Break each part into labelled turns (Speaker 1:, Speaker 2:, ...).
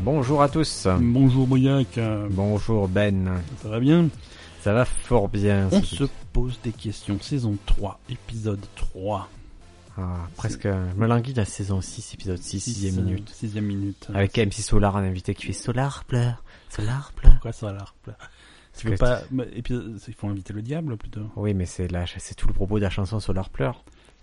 Speaker 1: Bonjour à tous.
Speaker 2: Bonjour Briac, euh,
Speaker 1: Bonjour Ben.
Speaker 2: ça va bien
Speaker 1: Ça va fort bien.
Speaker 2: On
Speaker 1: ce-
Speaker 2: se pose des questions, saison 3, épisode 3.
Speaker 1: Ah, presque. Je me languis la saison 6, épisode 6, 6
Speaker 2: Six- euh,
Speaker 1: minute. Ah
Speaker 2: Sixième minute.
Speaker 1: Avec MC Solar, un invité qui fait Solar pleure. Solar pleure.
Speaker 2: Pourquoi ça a l'air plat Tu
Speaker 1: que-
Speaker 2: veux pas... bah, épisode- Il faut inviter le diable plutôt.
Speaker 1: Oui, mais c'est la- c'est tout le propos de la chanson Solar pleure.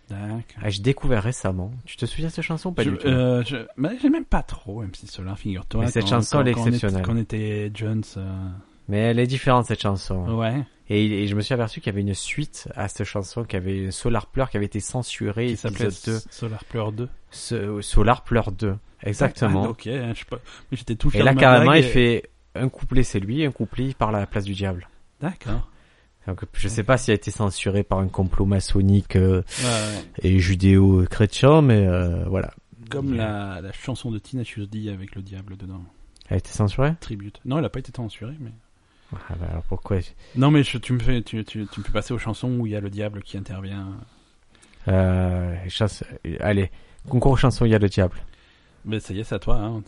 Speaker 2: D'accord.
Speaker 1: Ah, J'ai découvert récemment. Tu te souviens de cette chanson Pas
Speaker 2: Je-
Speaker 1: du tout.
Speaker 2: euh, je- bah, J'aime même pas trop MC Solar, figure-toi.
Speaker 1: Mais cette
Speaker 2: quand-
Speaker 1: chanson, elle est
Speaker 2: quand- quand on était-
Speaker 1: exceptionnelle.
Speaker 2: Quand on était jeunes, euh,
Speaker 1: Mais elle est différente cette chanson.
Speaker 2: ouais,
Speaker 1: Et, il- et je me suis aperçu qu'il y avait une suite à cette chanson, qui avait Solar pleure, qui avait été censurée.
Speaker 2: qui s'appelait
Speaker 1: épisode 2.
Speaker 2: Solar Pleur 2.
Speaker 1: Ce- Solar pleure 2. Exactement.
Speaker 2: Ah, ok, je sais pas. Mais j'étais tout
Speaker 1: Et
Speaker 2: fier
Speaker 1: là,
Speaker 2: de ma
Speaker 1: carrément,
Speaker 2: blague
Speaker 1: il fait un couplet, c'est lui, un couplet, il parle à la place du diable.
Speaker 2: D'accord.
Speaker 1: Donc, je sais pas s'il a été censuré par un complot maçonnique euh,
Speaker 2: Ouais, ouais.
Speaker 1: et judéo-chrétien, mais euh, voilà.
Speaker 2: Comme
Speaker 1: Ouais.
Speaker 2: la, la chanson de Tenacious D avec le diable dedans.
Speaker 1: Elle a été censurée
Speaker 2: Tribute. Non, elle a pas été censurée, mais.
Speaker 1: ah, bah, Alors pourquoi
Speaker 2: Non, mais je- tu me fais, tu, tu, tu me fais passer aux chansons où il y a le diable qui intervient.
Speaker 1: euh, chans- euh, Allez, concours chanson, il y a le diable.
Speaker 2: Mais ça y est, c'est à toi. hein.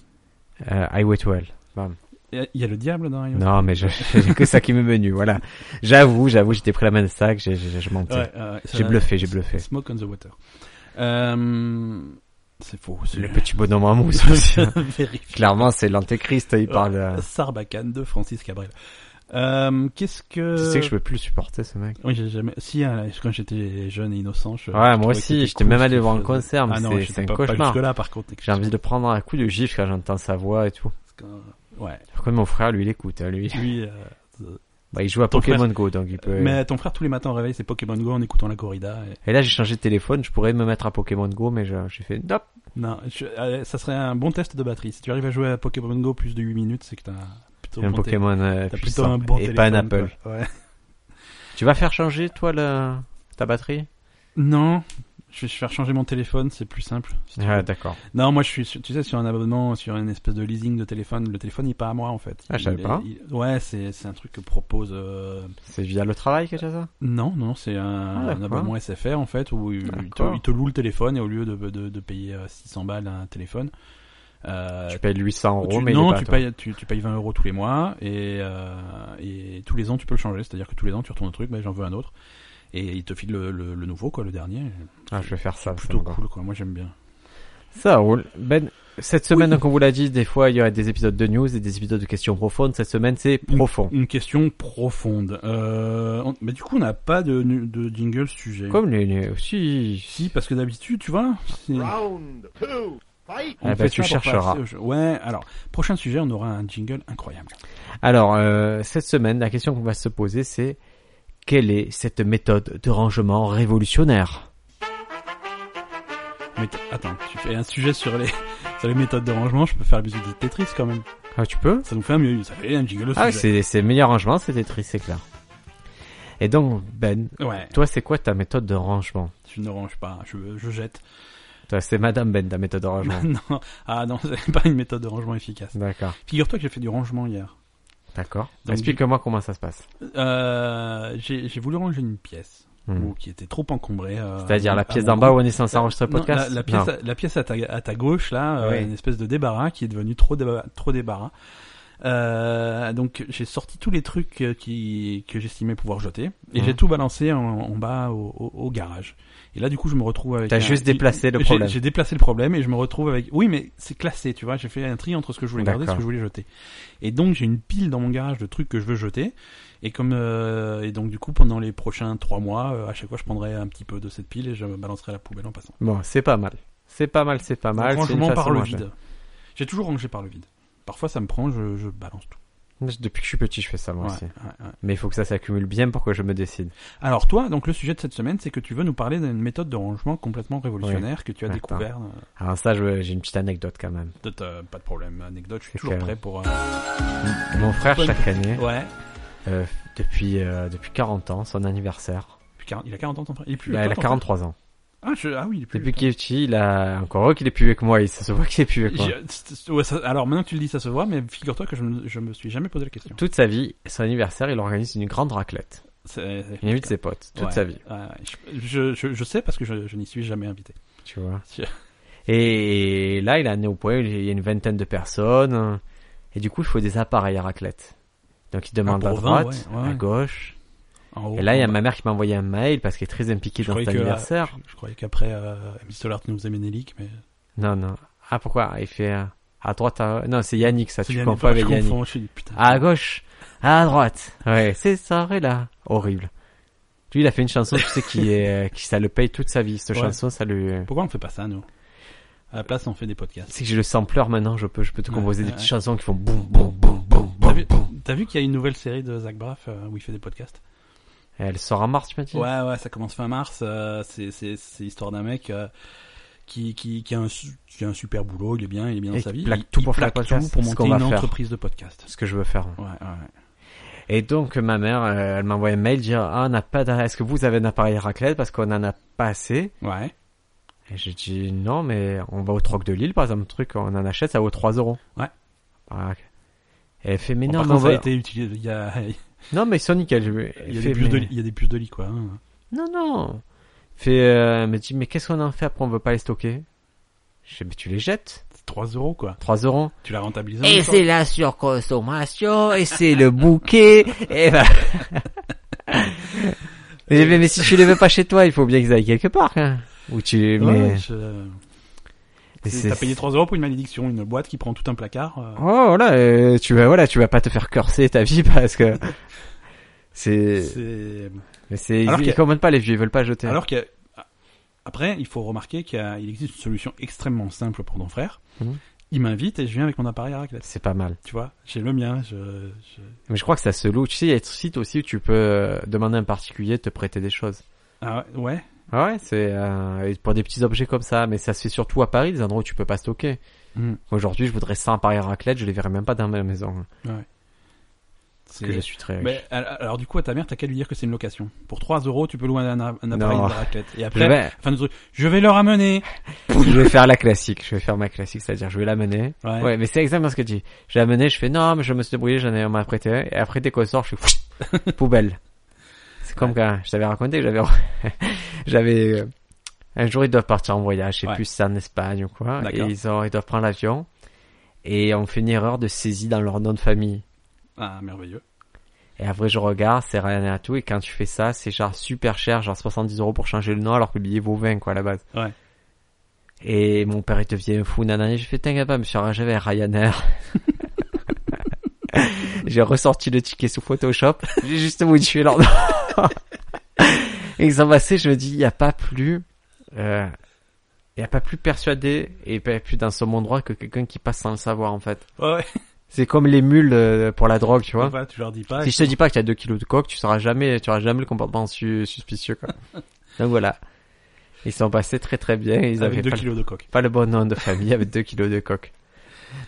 Speaker 1: Euh, Highway to Hell. Bam.
Speaker 2: Et Il y a le diable dans Highway
Speaker 1: Non, mais je- j'ai que ça qui me menu, voilà. J'avoue, j'avoue, j'étais pris la main de sac, j'ai- j'ai- je mentais.
Speaker 2: Ouais, euh, ça-
Speaker 1: J'ai bluffé, j'ai bluffé.
Speaker 2: Smoke on the water. Euh, c'est faux. c'est-
Speaker 1: Le petit bonhomme en mousse aussi. hein.
Speaker 2: Vérifie.
Speaker 1: Clairement, c'est l'antéchrist, il parle...
Speaker 2: Euh,
Speaker 1: euh,
Speaker 2: Sarbacane de Francis Cabrel. Euh, Qu'est-ce que.
Speaker 1: Tu sais que je peux plus le supporter, ce mec.
Speaker 2: Oui, j'ai jamais. Si, hein, quand j'étais jeune et innocent, je.
Speaker 1: Ouais,
Speaker 2: je
Speaker 1: moi
Speaker 2: trouvais que
Speaker 1: aussi,
Speaker 2: c'était
Speaker 1: j'étais
Speaker 2: cool
Speaker 1: même
Speaker 2: ce
Speaker 1: allé
Speaker 2: qu'il
Speaker 1: voir en
Speaker 2: faisait.
Speaker 1: concert, mais
Speaker 2: Ah non,
Speaker 1: c'est-
Speaker 2: j'étais
Speaker 1: c'est un
Speaker 2: pas- Pas
Speaker 1: cauchemar.
Speaker 2: jusque-là, par contre.
Speaker 1: J'ai envie de prendre un coup de gifle quand j'entends sa voix et tout.
Speaker 2: Ouais.
Speaker 1: Par contre, mon frère, lui, il écoute, hein, lui.
Speaker 2: Lui. euh,
Speaker 1: Bah, il joue à
Speaker 2: Ton
Speaker 1: Pokémon Go, donc il peut...
Speaker 2: Mais ton frère, tous les matins au réveil, c'est Pokémon Go en écoutant la corrida. et-
Speaker 1: Et là, j'ai changé de téléphone, je pourrais me mettre à Pokémon Go, mais je- j'ai fait... Hop
Speaker 2: Non, je- euh, ça serait un bon test de batterie. Si tu arrives à jouer à Pokémon Go plus de 8 minutes, c'est que t'as plutôt,
Speaker 1: un
Speaker 2: bon tél-
Speaker 1: Pokémon euh,
Speaker 2: t'as plutôt
Speaker 1: puissant
Speaker 2: un bon
Speaker 1: et pas un
Speaker 2: téléphone,
Speaker 1: Apple.
Speaker 2: quoi. Ouais.
Speaker 1: Tu vas faire changer, toi, le... ta batterie
Speaker 2: Non, je vais faire changer mon téléphone, c'est plus simple. si tu
Speaker 1: Ah,
Speaker 2: veux.
Speaker 1: d'accord.
Speaker 2: Non, moi je suis, sur- tu sais, sur un abonnement, sur une espèce de leasing de téléphone. Le téléphone, il est pas à moi en fait.
Speaker 1: Ah, je savais
Speaker 2: Il-
Speaker 1: pas.
Speaker 2: il- ouais, c'est c'est un truc que propose. euh,
Speaker 1: C'est via le travail que tu as ça
Speaker 2: Non, non, c'est
Speaker 1: Ah,
Speaker 2: un,
Speaker 1: d'accord.
Speaker 2: un abonnement SFR en fait où il il te,
Speaker 1: D'accord.
Speaker 2: il te loue le téléphone et au lieu de, de, de payer euh, 600 balles un téléphone, euh,
Speaker 1: Tu payes 800 euros,
Speaker 2: tu-
Speaker 1: mais il est
Speaker 2: non,
Speaker 1: pas à
Speaker 2: tu
Speaker 1: toi.
Speaker 2: payes, tu, tu payes 20 euros tous les mois et, euh, et tous les ans tu peux le changer. C'est-à-dire que tous les ans tu retournes le truc, bah, j'en veux un autre et il te file le, le- le nouveau quoi, le dernier.
Speaker 1: Ah, je vais faire ça. ça
Speaker 2: Plutôt
Speaker 1: me va.
Speaker 2: cool quoi, moi j'aime bien.
Speaker 1: Ça roule. Ben, cette semaine, donc, on vous l'a dit, des fois, il y a des épisodes de news et des épisodes de questions profondes. Cette semaine, c'est profond.
Speaker 2: Une question profonde. Euh, on- mais du coup on n'a pas de, de jingle sujet.
Speaker 1: Comme les... les- Si...
Speaker 2: Si parce que d'habitude tu vois. c'est-
Speaker 3: Round two, fight!
Speaker 2: on
Speaker 1: Eh ben,
Speaker 2: fait
Speaker 1: tu
Speaker 2: ça pour
Speaker 1: chercheras.
Speaker 2: passer au jeu. Ouais, alors, prochain sujet, on aura un jingle incroyable.
Speaker 1: Alors, euh, cette semaine, la question qu'on va se poser, c'est quelle est cette méthode de rangement révolutionnaire
Speaker 2: Mais t- attends, tu fais un sujet sur les, sur les méthodes de rangement, je peux faire la musique de Tetris quand même.
Speaker 1: Ah, tu peux
Speaker 2: Ça nous fait un mieux, ça fait un jingle au
Speaker 1: Ah,
Speaker 2: sujet.
Speaker 1: c'est c'est le meilleur rangement, c'est Tetris, c'est clair. Et donc, Ben,
Speaker 2: Ouais,
Speaker 1: toi, c'est quoi ta méthode de rangement
Speaker 2: je ne range pas, je, je jette.
Speaker 1: Toi, c'est Madame Ben, ta méthode de rangement.
Speaker 2: non, ah non, c'est pas une méthode de rangement efficace.
Speaker 1: D'accord,
Speaker 2: Figure-toi que j'ai fait du rangement hier.
Speaker 1: d'accord.
Speaker 2: Donc,
Speaker 1: Explique-moi comment ça se passe.
Speaker 2: Euh, j'ai j'ai voulu ranger une pièce,
Speaker 1: Hmm.
Speaker 2: ou qui était trop encombrée. euh,
Speaker 1: C'est-à-dire la
Speaker 2: à
Speaker 1: pièce
Speaker 2: mon
Speaker 1: d'en bas
Speaker 2: goût.
Speaker 1: où on est censé enregistrer le
Speaker 2: Non,
Speaker 1: podcast
Speaker 2: la, la pièce,
Speaker 1: Non.
Speaker 2: à, la pièce à ta, à ta gauche, là, euh,
Speaker 1: Oui.
Speaker 2: une espèce de débarras qui est devenu trop, déba- trop débarras. Euh, donc j'ai sorti tous les trucs euh, qui, que j'estimais pouvoir jeter et
Speaker 1: Mhm.
Speaker 2: j'ai tout balancé en, en bas au, au- au garage. Et là du coup je me retrouve avec...
Speaker 1: T'as
Speaker 2: un-
Speaker 1: juste déplacé le
Speaker 2: j'ai-
Speaker 1: problème.
Speaker 2: J'ai déplacé le problème et je me retrouve avec... Oui mais c'est classé, tu vois, j'ai fait un tri entre ce que je voulais garder et ce
Speaker 1: D'accord.
Speaker 2: que je voulais jeter. Et donc j'ai une pile dans mon garage de trucs que je veux jeter. Et comme euh, et donc du coup pendant les prochains trois mois, euh, à chaque fois je prendrai un petit peu de cette pile et je balancerai à la poubelle en passant.
Speaker 1: Bon, c'est pas mal. C'est pas mal, c'est pas mal. c'est une
Speaker 2: Rangement par
Speaker 1: façon
Speaker 2: le
Speaker 1: à faire.
Speaker 2: vide. J'ai toujours rangé par le vide. Parfois ça me prend, je, je balance tout.
Speaker 1: Depuis que je suis petit, je fais ça moi
Speaker 2: Ouais,
Speaker 1: aussi.
Speaker 2: ouais, ouais.
Speaker 1: Mais il faut que ça s'accumule bien pour que je me décide.
Speaker 2: Alors toi, donc le sujet de cette semaine, c'est que tu veux nous parler d'une méthode de rangement complètement révolutionnaire que tu as
Speaker 1: Attends.
Speaker 2: découvert. euh,
Speaker 1: Alors ça, je- j'ai une petite anecdote quand même.
Speaker 2: de ta- pas de problème, anecdote, je suis
Speaker 1: C'est
Speaker 2: toujours
Speaker 1: clair.
Speaker 2: prêt pour... euh,
Speaker 1: Mon frère,
Speaker 2: Bonne-
Speaker 1: chaque année,
Speaker 2: Ouais.
Speaker 1: euh, depuis, euh, depuis 40 ans, son anniversaire,
Speaker 2: Puis quar- Il a 40 ans ton frère Il est plus
Speaker 1: bah,
Speaker 2: vieux
Speaker 1: il
Speaker 2: que
Speaker 1: a
Speaker 2: toi, ton
Speaker 1: 43 ans.
Speaker 2: frère Ah, je- ah oui, il est plus
Speaker 1: Depuis
Speaker 2: vieux que
Speaker 1: qu'il est petit, il a encore heureux qu'il est plus vieux que moi, il ça se voit qu'il est plus vieux que
Speaker 2: toi.
Speaker 1: moi.
Speaker 2: Je- c'est- c'est- ouais, ça- Alors maintenant que tu le dis, ça se voit, mais figure-toi que je me, je me suis jamais posé la question.
Speaker 1: Toute sa vie, son anniversaire, il organise une grande raclette.
Speaker 2: C'est- c'est-
Speaker 1: Il invite ses potes, toute
Speaker 2: Ouais,
Speaker 1: sa vie,
Speaker 2: ouais, ouais. Je, je, je- je sais parce que je, je n'y suis jamais invité.
Speaker 1: tu vois.
Speaker 2: Tiens.
Speaker 1: Et là, il en est au point, où il y a une vingtaine de personnes. Et du coup, il faut des appareils à raclette. Donc, il demande
Speaker 2: Ah,
Speaker 1: à
Speaker 2: pour vingt,
Speaker 1: droite,
Speaker 2: ouais, ouais.
Speaker 1: à gauche.
Speaker 2: En haut,
Speaker 1: Et là, il y a
Speaker 2: en
Speaker 1: ma mère qui m'a envoyé un mail parce qu'elle est très impliquée
Speaker 2: Je
Speaker 1: dans
Speaker 2: croyais
Speaker 1: cet
Speaker 2: que-
Speaker 1: anniversaire.
Speaker 2: bas. Je croyais qu'après, euh, Amy Stollard nous faisait Ménélique, mais.
Speaker 1: Non, non. Ah, pourquoi Il fait euh, à droite, à... Non, c'est Yannick, ça,
Speaker 2: C'est
Speaker 1: Bah, tu
Speaker 2: Yannick,
Speaker 1: confonds
Speaker 2: je
Speaker 1: avec Yannick.
Speaker 2: confonds, je suis- putain.
Speaker 1: À gauche, à droite. Ouais, c'est ça, et là. Horrible. Lui, il a fait une chanson, tu sais, qui est, euh, qui, ça le paye toute sa vie. Cette
Speaker 2: Ouais.
Speaker 1: chanson, ça lui...
Speaker 2: Pourquoi on fait pas ça, nous À la place, on fait des podcasts.
Speaker 1: C'est que j'ai le sampler maintenant, je peux, je peux te
Speaker 2: Ouais,
Speaker 1: composer des
Speaker 2: ouais,
Speaker 1: petites
Speaker 2: ouais.
Speaker 1: chansons qui font boum, boum, boum, boum,
Speaker 2: T'as
Speaker 1: boum,
Speaker 2: vu,
Speaker 1: boum.
Speaker 2: t'as vu qu'il y a une nouvelle série de Zach Braff euh, où il fait des podcasts
Speaker 1: Et Elle sort en mars, tu m'as dit
Speaker 2: Ouais, ouais, ça commence fin mars. euh, c'est, c'est, c'est l'histoire d'un mec euh, qui, qui, qui, a un, su- qui a un super boulot, il est bien, il est bien dans
Speaker 1: Et
Speaker 2: sa
Speaker 1: qui
Speaker 2: vie.
Speaker 1: plaque
Speaker 2: il,
Speaker 1: tout
Speaker 2: il
Speaker 1: pour faire
Speaker 2: plaque
Speaker 1: un podcast,
Speaker 2: tout pour
Speaker 1: ce
Speaker 2: monter
Speaker 1: qu'on va
Speaker 2: une
Speaker 1: faire.
Speaker 2: entreprise de podcast.
Speaker 1: Ce que je veux faire.
Speaker 2: Ouais, ouais, ouais.
Speaker 1: Et donc, ma mère, euh, elle m'a envoyé un mail dire, ah, on n'a pas d'appareil, est-ce que vous avez un appareil raclette parce qu'on en a pas assez?
Speaker 2: Ouais,
Speaker 1: Et j'ai dit non, mais on va au troc de Lille, par exemple, un truc, on en achète, ça vaut 3 euros.
Speaker 2: Ouais.
Speaker 1: Ah, ok. Et elle fait, mais
Speaker 2: Bon,
Speaker 1: non,
Speaker 2: par
Speaker 1: mais on
Speaker 2: contre, ça
Speaker 1: va...
Speaker 2: a été utilisé. Il y a, il
Speaker 1: non, mais ils sont nickel. Je- Elle
Speaker 2: y a
Speaker 1: fait,
Speaker 2: des puces de
Speaker 1: mais-
Speaker 2: lit- il y a des puces de lit, quoi. hein.
Speaker 1: Non, non. Fait, euh, elle me dit, mais qu'est-ce qu'on en fait après, on veut pas les stocker? Je dis, mais tu les jettes.
Speaker 2: C'est 3 euros, quoi.
Speaker 1: 3 euros.
Speaker 2: Tu l'as rentabilisé. en
Speaker 1: Et
Speaker 2: même temps.
Speaker 1: c'est la surconsommation, et c'est le bouquet, et ben... mais, mais- mais si tu les veux pas chez toi, il faut bien qu'ils aillent quelque part, hein. Ou tu,
Speaker 2: Ouais,
Speaker 1: mais...
Speaker 2: je-
Speaker 1: mais
Speaker 2: T'as payé 3 euros pour une malédiction, une boîte qui prend tout un placard. euh,
Speaker 1: Oh là, euh, tu vas voilà, tu vas pas te faire corser ta vie parce que c'est
Speaker 2: c'est...
Speaker 1: mais c'est ils,
Speaker 2: Alors qu'il y
Speaker 1: ils
Speaker 2: a-
Speaker 1: commandent pas les vieux, ils veulent pas jeter.
Speaker 2: Alors qu'il y a- Après, il faut remarquer qu'il y a- il existe une solution extrêmement simple pour ton frère.
Speaker 1: Mhm.
Speaker 2: Il m'invite et je viens avec mon appareil à raclette.
Speaker 1: c'est pas mal.
Speaker 2: Tu vois, j'ai le mien. Je, je-
Speaker 1: Mais je crois que ça se loue. Tu sais, il y a des sites aussi où tu peux euh, demander à un particulier de te prêter des choses.
Speaker 2: Ah ouais, ouais.
Speaker 1: Ah ouais, c'est euh, et pour des petits objets comme ça, mais ça se fait surtout à Paris, des endroits où tu peux pas stocker.
Speaker 2: Mhm.
Speaker 1: Aujourd'hui, je voudrais 100 appareils raclette, je les verrais même pas dans ma maison hein,
Speaker 2: C'est-
Speaker 1: parce que je suis très riche.
Speaker 2: Mais, al- alors du coup, à ta mère, t'as qu'à lui dire que c'est une location. Pour 3 euros, tu peux louer un, un appareil
Speaker 1: Non.
Speaker 2: de raclette. Et
Speaker 1: Je
Speaker 2: après,
Speaker 1: vais,
Speaker 2: fin de truc, je vais le ramener.
Speaker 1: je vais faire la classique. Je vais faire ma classique, c'est-à-dire je vais l'amener.
Speaker 2: Ouais.
Speaker 1: Ouais, mais c'est exactement ce que tu dis. J'ai amené, je fais non, mais je me suis débrouillé, j'en ai on m'a prêté. un. Et après, dès qu'on sort, je suis poubelle. C'est comme quand je t'avais raconté que j'avais, j'avais, euh, un jour ils doivent partir en voyage, je sais
Speaker 2: Ouais.
Speaker 1: plus si c'est en Espagne ou quoi, et
Speaker 2: D'accord.
Speaker 1: ils, ont, ils doivent prendre l'avion, et on fait une erreur de saisie dans leur nom de famille.
Speaker 2: Ah merveilleux.
Speaker 1: Et après, je regarde, c'est rien à tout, et quand tu fais ça, c'est genre super cher, genre 70 euros pour changer le nom, alors que le billet vaut 20, quoi, à la base.
Speaker 2: Ouais.
Speaker 1: Et mon père, il devient fou, nanana, et je fais, t'inquiète pas, monsieur, j'avais un Ryanair. J'ai ressorti le ticket sous Photoshop, j'ai juste modifié leur nom. et ils sont passés, je me dis, il n'y a pas plus, euh, il n'y a pas plus persuadé, et pas plus dans ce monde droit que quelqu'un qui passe sans le savoir, en fait.
Speaker 2: Ouais.
Speaker 1: C'est comme les mules euh, pour la drogue, tu vois.
Speaker 2: Voilà, tu leur dis pas.
Speaker 1: Si je te dis pas que tu as 2 kilos de coke, tu sauras jamais, tu auras jamais le comportement su- suspicieux, quoi. Donc voilà. Ils sont passés très très bien, ils avaient
Speaker 2: avec 2
Speaker 1: pas,
Speaker 2: kilos de coque.
Speaker 1: le- pas le bon nom de famille avec 2 kilos de coke.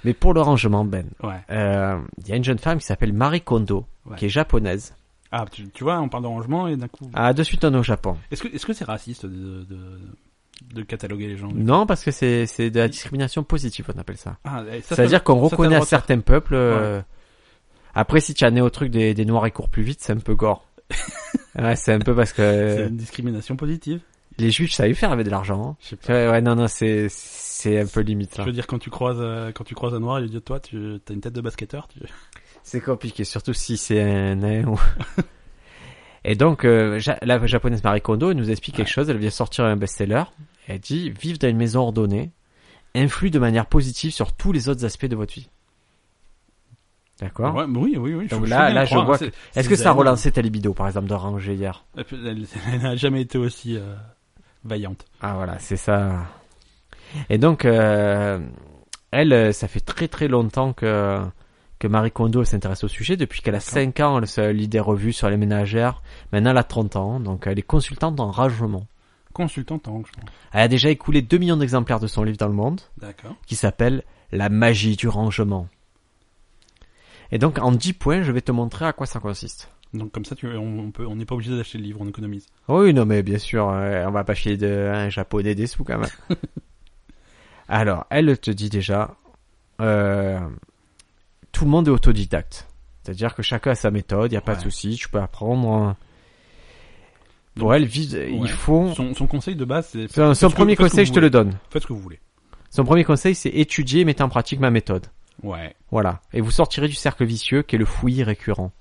Speaker 1: Mais pour le rangement, Ben,
Speaker 2: Ouais.
Speaker 1: euh, il y a une jeune femme qui s'appelle Marie Kondo,
Speaker 2: Ouais.
Speaker 1: qui est japonaise.
Speaker 2: Ah tu, tu vois, on parle de rangement et d'un coup.
Speaker 1: Ah, de suite on est au Japon.
Speaker 2: Est-ce que est-ce que c'est raciste de, de de cataloguer les gens
Speaker 1: Non, parce que c'est, c'est de la discrimination positive, on appelle ça.
Speaker 2: Ah, et ça,
Speaker 1: C'est-à-dire qu'on
Speaker 2: ça, t'as le
Speaker 1: reconnaît à
Speaker 2: droit de faire.
Speaker 1: certains peuples. euh, Après, si tu as né au truc des, des noirs et courent plus vite, c'est un peu gore. ouais, c'est un peu parce
Speaker 2: C'est
Speaker 1: que
Speaker 2: une discrimination positive.
Speaker 1: les juifs savaient faire avec de l'argent. hein.
Speaker 2: Je sais pas.
Speaker 1: Ouais, ouais, non, non, c'est, c'est un peu limite,
Speaker 2: Je
Speaker 1: là.
Speaker 2: veux dire, quand tu croises, euh, quand tu croises un noir, il dit de toi, tu as une tête de basketteur. Tu...
Speaker 1: C'est compliqué, surtout si c'est un nain ou- Et donc, euh, Ja- la japonaise Marie Kondo elle nous explique quelque chose. Elle vient sortir un best-seller. Elle dit, vivre dans une maison ordonnée influe de manière positive sur tous les autres aspects de votre vie. D'accord?
Speaker 2: Ouais, mais oui, oui, oui.
Speaker 1: Donc
Speaker 2: je,
Speaker 1: là-
Speaker 2: je
Speaker 1: là, je vois que- Est-ce que ça a
Speaker 2: relance
Speaker 1: relancé ta libido, par exemple, de ranger hier?
Speaker 2: Elle elle n'a jamais été aussi euh, vaillante.
Speaker 1: Ah voilà, c'est ça. Et donc, euh, elle, euh, ça fait très très longtemps que, que Marie Kondo s'intéresse au sujet. Depuis qu'elle a 5 ans, elle se lit des revues sur les ménagères. Maintenant, elle a 30 ans, donc elle est consultante en rangement.
Speaker 2: Consultante
Speaker 1: hein,
Speaker 2: en je pense.
Speaker 1: Elle a déjà écoulé 2 millions d'exemplaires de son livre dans le monde,
Speaker 2: D'accord.
Speaker 1: qui s'appelle La magie du rangement. Et donc, en 10 points, je vais te montrer à quoi ça consiste.
Speaker 2: Donc comme ça, tu, on on peut, on n'est pas obligé d'acheter le livre, on économise.
Speaker 1: Oui, non, mais bien sûr, euh, on va pas filer de, à un japonais des sous quand même. Alors, elle te dit déjà, euh, tout le monde est autodidacte. C'est-à-dire que chacun a sa méthode, il n'y a pas de
Speaker 2: Ouais.
Speaker 1: souci, tu peux apprendre. hein. Pour
Speaker 2: Donc,
Speaker 1: elle, vise,
Speaker 2: ouais.
Speaker 1: il faut...
Speaker 2: Son, son conseil de base, c'est
Speaker 1: Son, son
Speaker 2: faites ce que-
Speaker 1: premier
Speaker 2: faites ce que
Speaker 1: conseil,
Speaker 2: vous
Speaker 1: je te le donne.
Speaker 2: voulez. faites ce que vous voulez.
Speaker 1: Son premier conseil, c'est étudier et mettre en pratique ma méthode.
Speaker 2: Ouais.
Speaker 1: Voilà. Et vous sortirez du cercle vicieux qui est le fouillis récurrent.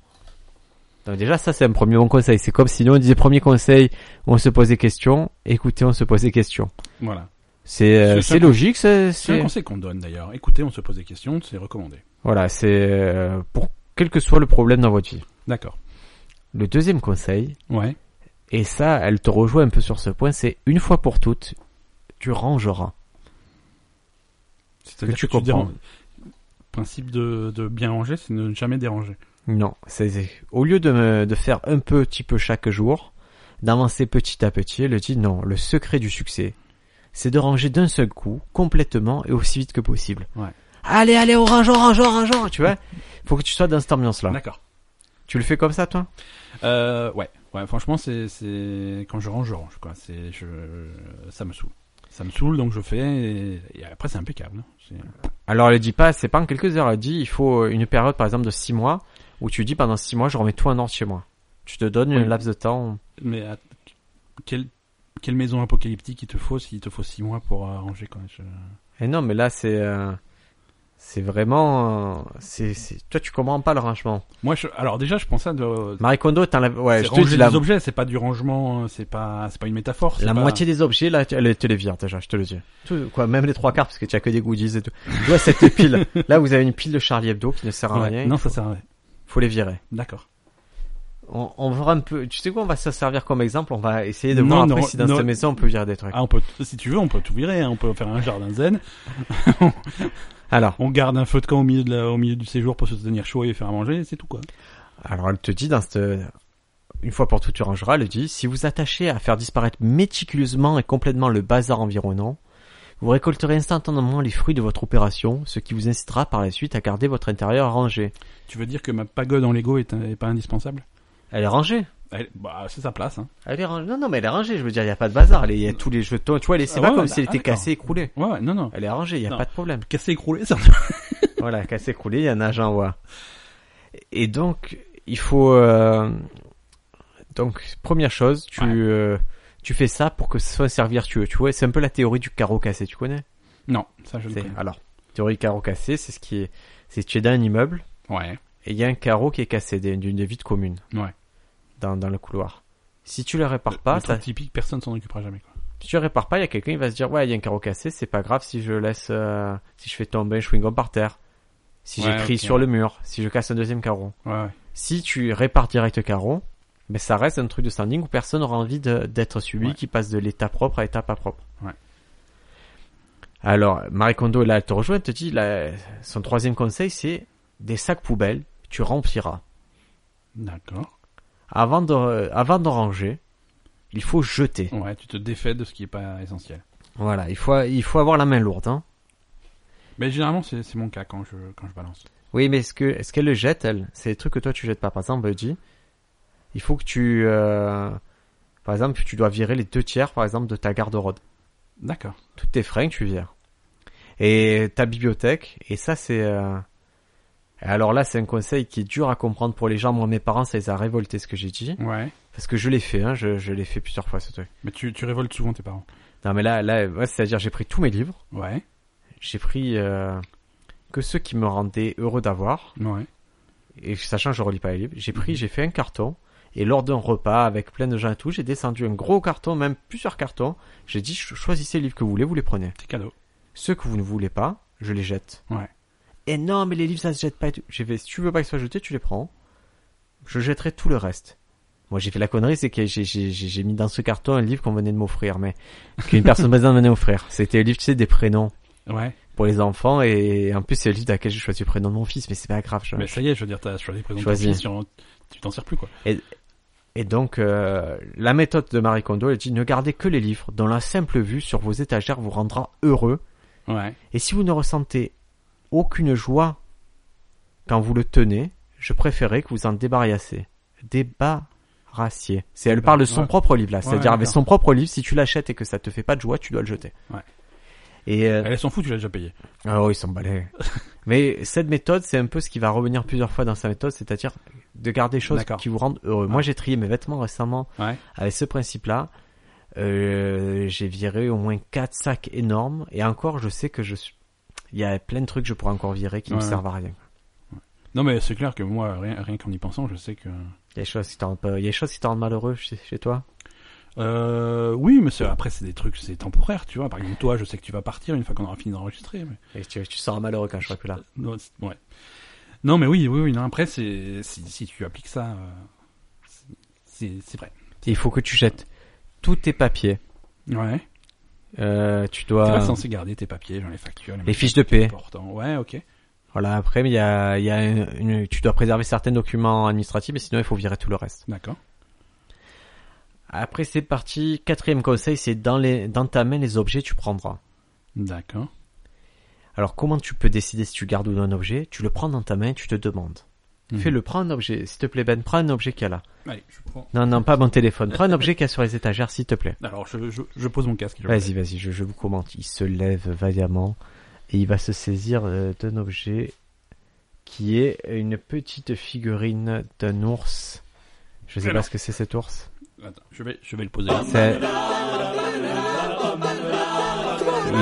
Speaker 1: Donc déjà, ça c'est un premier bon conseil. C'est comme si nous on disait premier conseil, on se pose des questions. Écoutez, on se pose des questions.
Speaker 2: Voilà.
Speaker 1: C'est euh,
Speaker 2: C'est
Speaker 1: c'est
Speaker 2: ça.
Speaker 1: logique. C'est
Speaker 2: C'est un
Speaker 1: c'est-
Speaker 2: conseil qu'on donne d'ailleurs. Écoutez, on se pose des questions, c'est recommandé.
Speaker 1: voilà. C'est euh, pour quel que soit le problème dans votre vie.
Speaker 2: D'accord.
Speaker 1: Le deuxième conseil,
Speaker 2: Ouais.
Speaker 1: et ça, elle te rejoint un peu sur ce point, c'est une fois pour toutes, tu rangeras. Que
Speaker 2: C'est-à-dire
Speaker 1: tu
Speaker 2: que tu
Speaker 1: comprends.
Speaker 2: déranges- principe de, de bien ranger, c'est ne jamais déranger.
Speaker 1: Non, c'est c'est- au lieu de, me- de faire un petit peu chaque jour, d'avancer petit à petit, elle dit non, le secret du succès, c'est de ranger d'un seul coup, complètement et aussi vite que possible.
Speaker 2: Ouais.
Speaker 1: Allez, allez, on range, on range, on range, on range, tu vois. Faut que tu sois dans cette ambiance-là.
Speaker 2: D'accord.
Speaker 1: Tu le fais comme ça, toi
Speaker 2: Euh, ouais. Ouais, franchement, c'est, c'est, quand je range, je range, quoi. C'est, je, ça me saoule. Ça me saoule, donc je fais, et, et après, c'est impeccable. hein. C'est-
Speaker 1: Alors, elle dit pas, c'est pas en quelques heures, elle dit, il faut une période, par exemple, de six mois, où tu dis pendant six mois, je remets tout en ordre chez moi. Tu te donnes un
Speaker 2: Oui.
Speaker 1: laps de temps.
Speaker 2: Mais, att- quelle, quelle maison apocalyptique il te faut s'il te faut six mois pour euh, ranger, quoi. Je-
Speaker 1: Et non, mais là, c'est, euh, c'est vraiment, euh, c'est, c'est, toi, tu comprends pas le rangement.
Speaker 2: Moi, je, alors déjà, je pense ça de,
Speaker 1: Marie Kondo, t'en l'avais- ouais,
Speaker 2: c'est
Speaker 1: je te
Speaker 2: ranger
Speaker 1: dis la,
Speaker 2: des objets, c'est pas du rangement, euh, c'est pas, c'est pas une métaphore. c'est
Speaker 1: la
Speaker 2: pas-
Speaker 1: moitié des objets, là, tu- elle te les vire déjà, je te le dis. Tout, quoi, même les trois quarts, parce que tu as que des goodies et tout. Tu vois cette pile. là, vous avez une pile de Charlie Hebdo qui ne sert à
Speaker 2: Ouais.
Speaker 1: rien.
Speaker 2: Non,
Speaker 1: faut,
Speaker 2: ça sert à rien.
Speaker 1: faut les virer.
Speaker 2: D'accord.
Speaker 1: On, on va un peu, tu sais quoi, on va se servir comme exemple, on va essayer de
Speaker 2: Non,
Speaker 1: voir
Speaker 2: non,
Speaker 1: après si dans
Speaker 2: non.
Speaker 1: cette maison on peut virer des trucs.
Speaker 2: Ah, on peut, t- si tu veux, on peut tout virer, hein. on peut faire un jardin zen,
Speaker 1: Alors,
Speaker 2: on garde un feu de camp au milieu de la, au milieu du séjour pour se tenir chaud et faire à manger, c'est tout, quoi.
Speaker 1: alors elle te dit dans cette, une fois pour toutes tu rangeras, elle dit, si vous attachez à faire disparaître méticuleusement et complètement le bazar environnant, vous récolterez instantanément les fruits de votre opération, ce qui vous incitera par la suite à garder votre intérieur rangé.
Speaker 2: Tu veux dire que ma pagode en Lego est, est pas indispensable
Speaker 1: Elle est rangée.
Speaker 2: Elle- bah, C'est sa place. Hein.
Speaker 1: Elle est rangée. Non, non, mais elle est rangée. Je veux dire, il n'y a pas de bazar. Elle est- Il y a tous les jetons. Tu vois, elle est- c'est
Speaker 2: Ah
Speaker 1: pas
Speaker 2: ouais,
Speaker 1: comme
Speaker 2: ouais,
Speaker 1: si elle
Speaker 2: ah,
Speaker 1: était
Speaker 2: d'accord.
Speaker 1: cassée, écroulée.
Speaker 2: Ouais, ouais, non, non.
Speaker 1: Elle est rangée. Il n'y a
Speaker 2: Non.
Speaker 1: pas de problème.
Speaker 2: Cassé, écroulé, ça.
Speaker 1: voilà, cassée, écroulée. Il y en a, j'en vois. Et donc, il faut. euh, Donc, première chose, tu
Speaker 2: Ouais.
Speaker 1: euh, tu fais ça pour que ce soit un servir vertueux. Tu vois, c'est un peu la théorie du carreau cassé. Tu connais
Speaker 2: Non, ça je le
Speaker 1: C'est-
Speaker 2: connais.
Speaker 1: Alors, théorie du carreau cassé, c'est ce qui est. C'est tu es dans un immeuble
Speaker 2: Ouais,
Speaker 1: et il y a un carreau qui est cassé des- d'une des vides communes
Speaker 2: ouais.
Speaker 1: dans dans le couloir. Si tu le répares pas,
Speaker 2: Le truc
Speaker 1: ça,
Speaker 2: typique, personne s'en occupera jamais. Quoi.
Speaker 1: Si tu répares pas, il y a quelqu'un qui va se dire ouais, il y a un carreau cassé, c'est pas grave si je laisse, euh, si je fais tomber un chewing-gum par terre, si
Speaker 2: Ouais,
Speaker 1: j'écris
Speaker 2: ok.
Speaker 1: sur le mur, si je casse un deuxième carreau.
Speaker 2: Ouais, ouais.
Speaker 1: Si tu répares direct le carreau, mais ça reste un truc de standing où personne n'aura envie de- d'être celui
Speaker 2: Ouais.
Speaker 1: qui passe de l'état propre à l'état pas propre.
Speaker 2: Ouais.
Speaker 1: Alors Marie Kondo là, elle te rejoint, elle te dit là, son troisième conseil c'est des sacs poubelles, tu rempliras.
Speaker 2: D'accord.
Speaker 1: Avant de, euh, avant d'en ranger, il faut jeter.
Speaker 2: Ouais, tu te défais de ce qui est pas essentiel.
Speaker 1: Voilà, il faut, il faut avoir la main lourde. Hein.
Speaker 2: Mais généralement, c'est c'est mon cas quand je, quand je balance.
Speaker 1: Oui, mais est-ce que est-ce qu'elle le jette elle C'est des trucs que toi tu jettes pas. Par exemple, Budgie, il faut que tu, euh, par exemple, tu dois virer les deux tiers, par exemple, de ta garde-robe.
Speaker 2: D'accord.
Speaker 1: Toutes tes fringues, tu vires. Et ta bibliothèque. Et ça, c'est. euh, Alors là, c'est un conseil qui est dur à comprendre pour les gens. Moi, mes parents, ça les a révoltés ce que j'ai dit,
Speaker 2: Ouais.
Speaker 1: parce que je l'ai fait. Hein, je je l'ai fait plusieurs fois ce truc.
Speaker 2: Mais tu, tu révoltes souvent tes parents.
Speaker 1: Non, mais là, là, ouais, c'est-à-dire, j'ai pris tous mes livres.
Speaker 2: Ouais,
Speaker 1: J'ai pris euh, que ceux qui me rendaient heureux d'avoir.
Speaker 2: ouais.
Speaker 1: et sachant que je relis pas les livres, j'ai pris, j'ai fait un carton, et lors d'un repas avec plein de gens et tout, j'ai descendu un gros carton, même plusieurs cartons, j'ai dit, cho- choisissez les livres que vous voulez, vous les prenez.
Speaker 2: C'est cadeau.
Speaker 1: Ceux que vous ne voulez pas, je les jette.
Speaker 2: Ouais.
Speaker 1: Et non, mais les livres, ça se jette pas et tout. J'ai fait, si tu veux pas qu'ils soient jetés, tu les prends. Je jetterai tout le reste. Moi, j'ai fait la connerie, c'est que j'ai- j'ai j'ai- j'ai mis dans ce carton un livre qu'on venait de m'offrir, mais qu'une personne présente venait offrir. C'était le livre, tu sais, des prénoms
Speaker 2: Ouais.
Speaker 1: pour les enfants, et en plus, c'est le livre dans lequel j'ai choisi le prénom de mon fils, mais c'est pas grave. je-
Speaker 2: Mais ça y est, je veux dire, t'as choisi présent
Speaker 1: Choisis.
Speaker 2: sur... Tu t'en sers plus, quoi.
Speaker 1: Et donc, euh, la méthode de Marie Kondo, elle dit ne gardez que les livres dont la simple vue sur vos étagères vous rendra heureux.
Speaker 2: Ouais.
Speaker 1: Et si vous ne ressentez aucune joie quand vous le tenez, je préférais que vous en débarrassiez. Débarrassiez. C'est, elle parle de son
Speaker 2: Ouais.
Speaker 1: propre livre là. C'est-à-dire avec
Speaker 2: d'accord.
Speaker 1: son propre livre, si tu l'achètes et que ça te fait pas de joie, tu dois le jeter.
Speaker 2: Ouais.
Speaker 1: Et euh,
Speaker 2: Elle elle s'en fout, tu l'as déjà payé.
Speaker 1: ah oui, ils sont balais. Mais cette méthode, c'est un peu ce qui va revenir plusieurs fois dans sa méthode, c'est-à-dire de garder des choses
Speaker 2: D'accord.
Speaker 1: qui vous rendent heureux. Moi, j'ai trié mes vêtements récemment
Speaker 2: Ouais.
Speaker 1: avec ce principe-là. Euh, j'ai viré au moins quatre sacs énormes. Et encore, je sais que je suis. Il y a plein de trucs que je pourrais encore virer qui ne
Speaker 2: Ouais.
Speaker 1: servent à rien.
Speaker 2: Non, mais c'est clair que moi, rien, rien qu'en y pensant, je sais que.
Speaker 1: Il y a des choses qui te rendent, pas- il y a des choses qui te rendent malheureux chez, chez toi.
Speaker 2: Euh, oui, mais c'est- après, c'est des trucs, c'est temporaire, tu vois. Par exemple, toi, je sais que tu vas partir une fois qu'on aura fini d'enregistrer. Mais...
Speaker 1: Et tu, tu seras malheureux quand je serai plus là.
Speaker 2: Non, c'est- ouais. Non, mais oui, oui, oui. Non, après, c'est si, si tu appliques ça, euh, c'est- c'est c'est vrai.
Speaker 1: Il faut que tu jettes tous tes papiers.
Speaker 2: Ouais.
Speaker 1: Euh, tu
Speaker 2: T'es
Speaker 1: dois.
Speaker 2: pas censé garder tes papiers, genre les factures, les,
Speaker 1: Les
Speaker 2: machins
Speaker 1: fiches de paie.
Speaker 2: importants. Ouais, ok.
Speaker 1: Voilà. Après, il y a, il y a une- une- tu dois préserver certains documents administratifs, et sinon il faut virer tout le reste.
Speaker 2: D'accord.
Speaker 1: Après, c'est parti. Quatrième conseil, c'est dans les, dans ta main les objets tu prendras.
Speaker 2: D'accord.
Speaker 1: Alors, comment tu peux décider si tu gardes ou non un objet Tu le prends dans ta main, tu te demandes.
Speaker 2: Mhm.
Speaker 1: Fais-le, prends un objet, s'il te plaît Ben, prends un objet qu'il y a là.
Speaker 2: Allez, je prends.
Speaker 1: Non, non, pas mon téléphone, prends un objet qu'il y a sur les étagères, s'il te plaît.
Speaker 2: Alors, je, je, je pose mon casque. je-
Speaker 1: Vas-y, vas-y, je, je vous commente. Il se lève vaillamment et il va se saisir euh, d'un objet qui est une petite figurine d'un ours. Je sais
Speaker 2: Alors.
Speaker 1: pas ce que c'est cet ours.
Speaker 2: Attends, je vais, je vais le poser. là.
Speaker 1: Ah, C'est-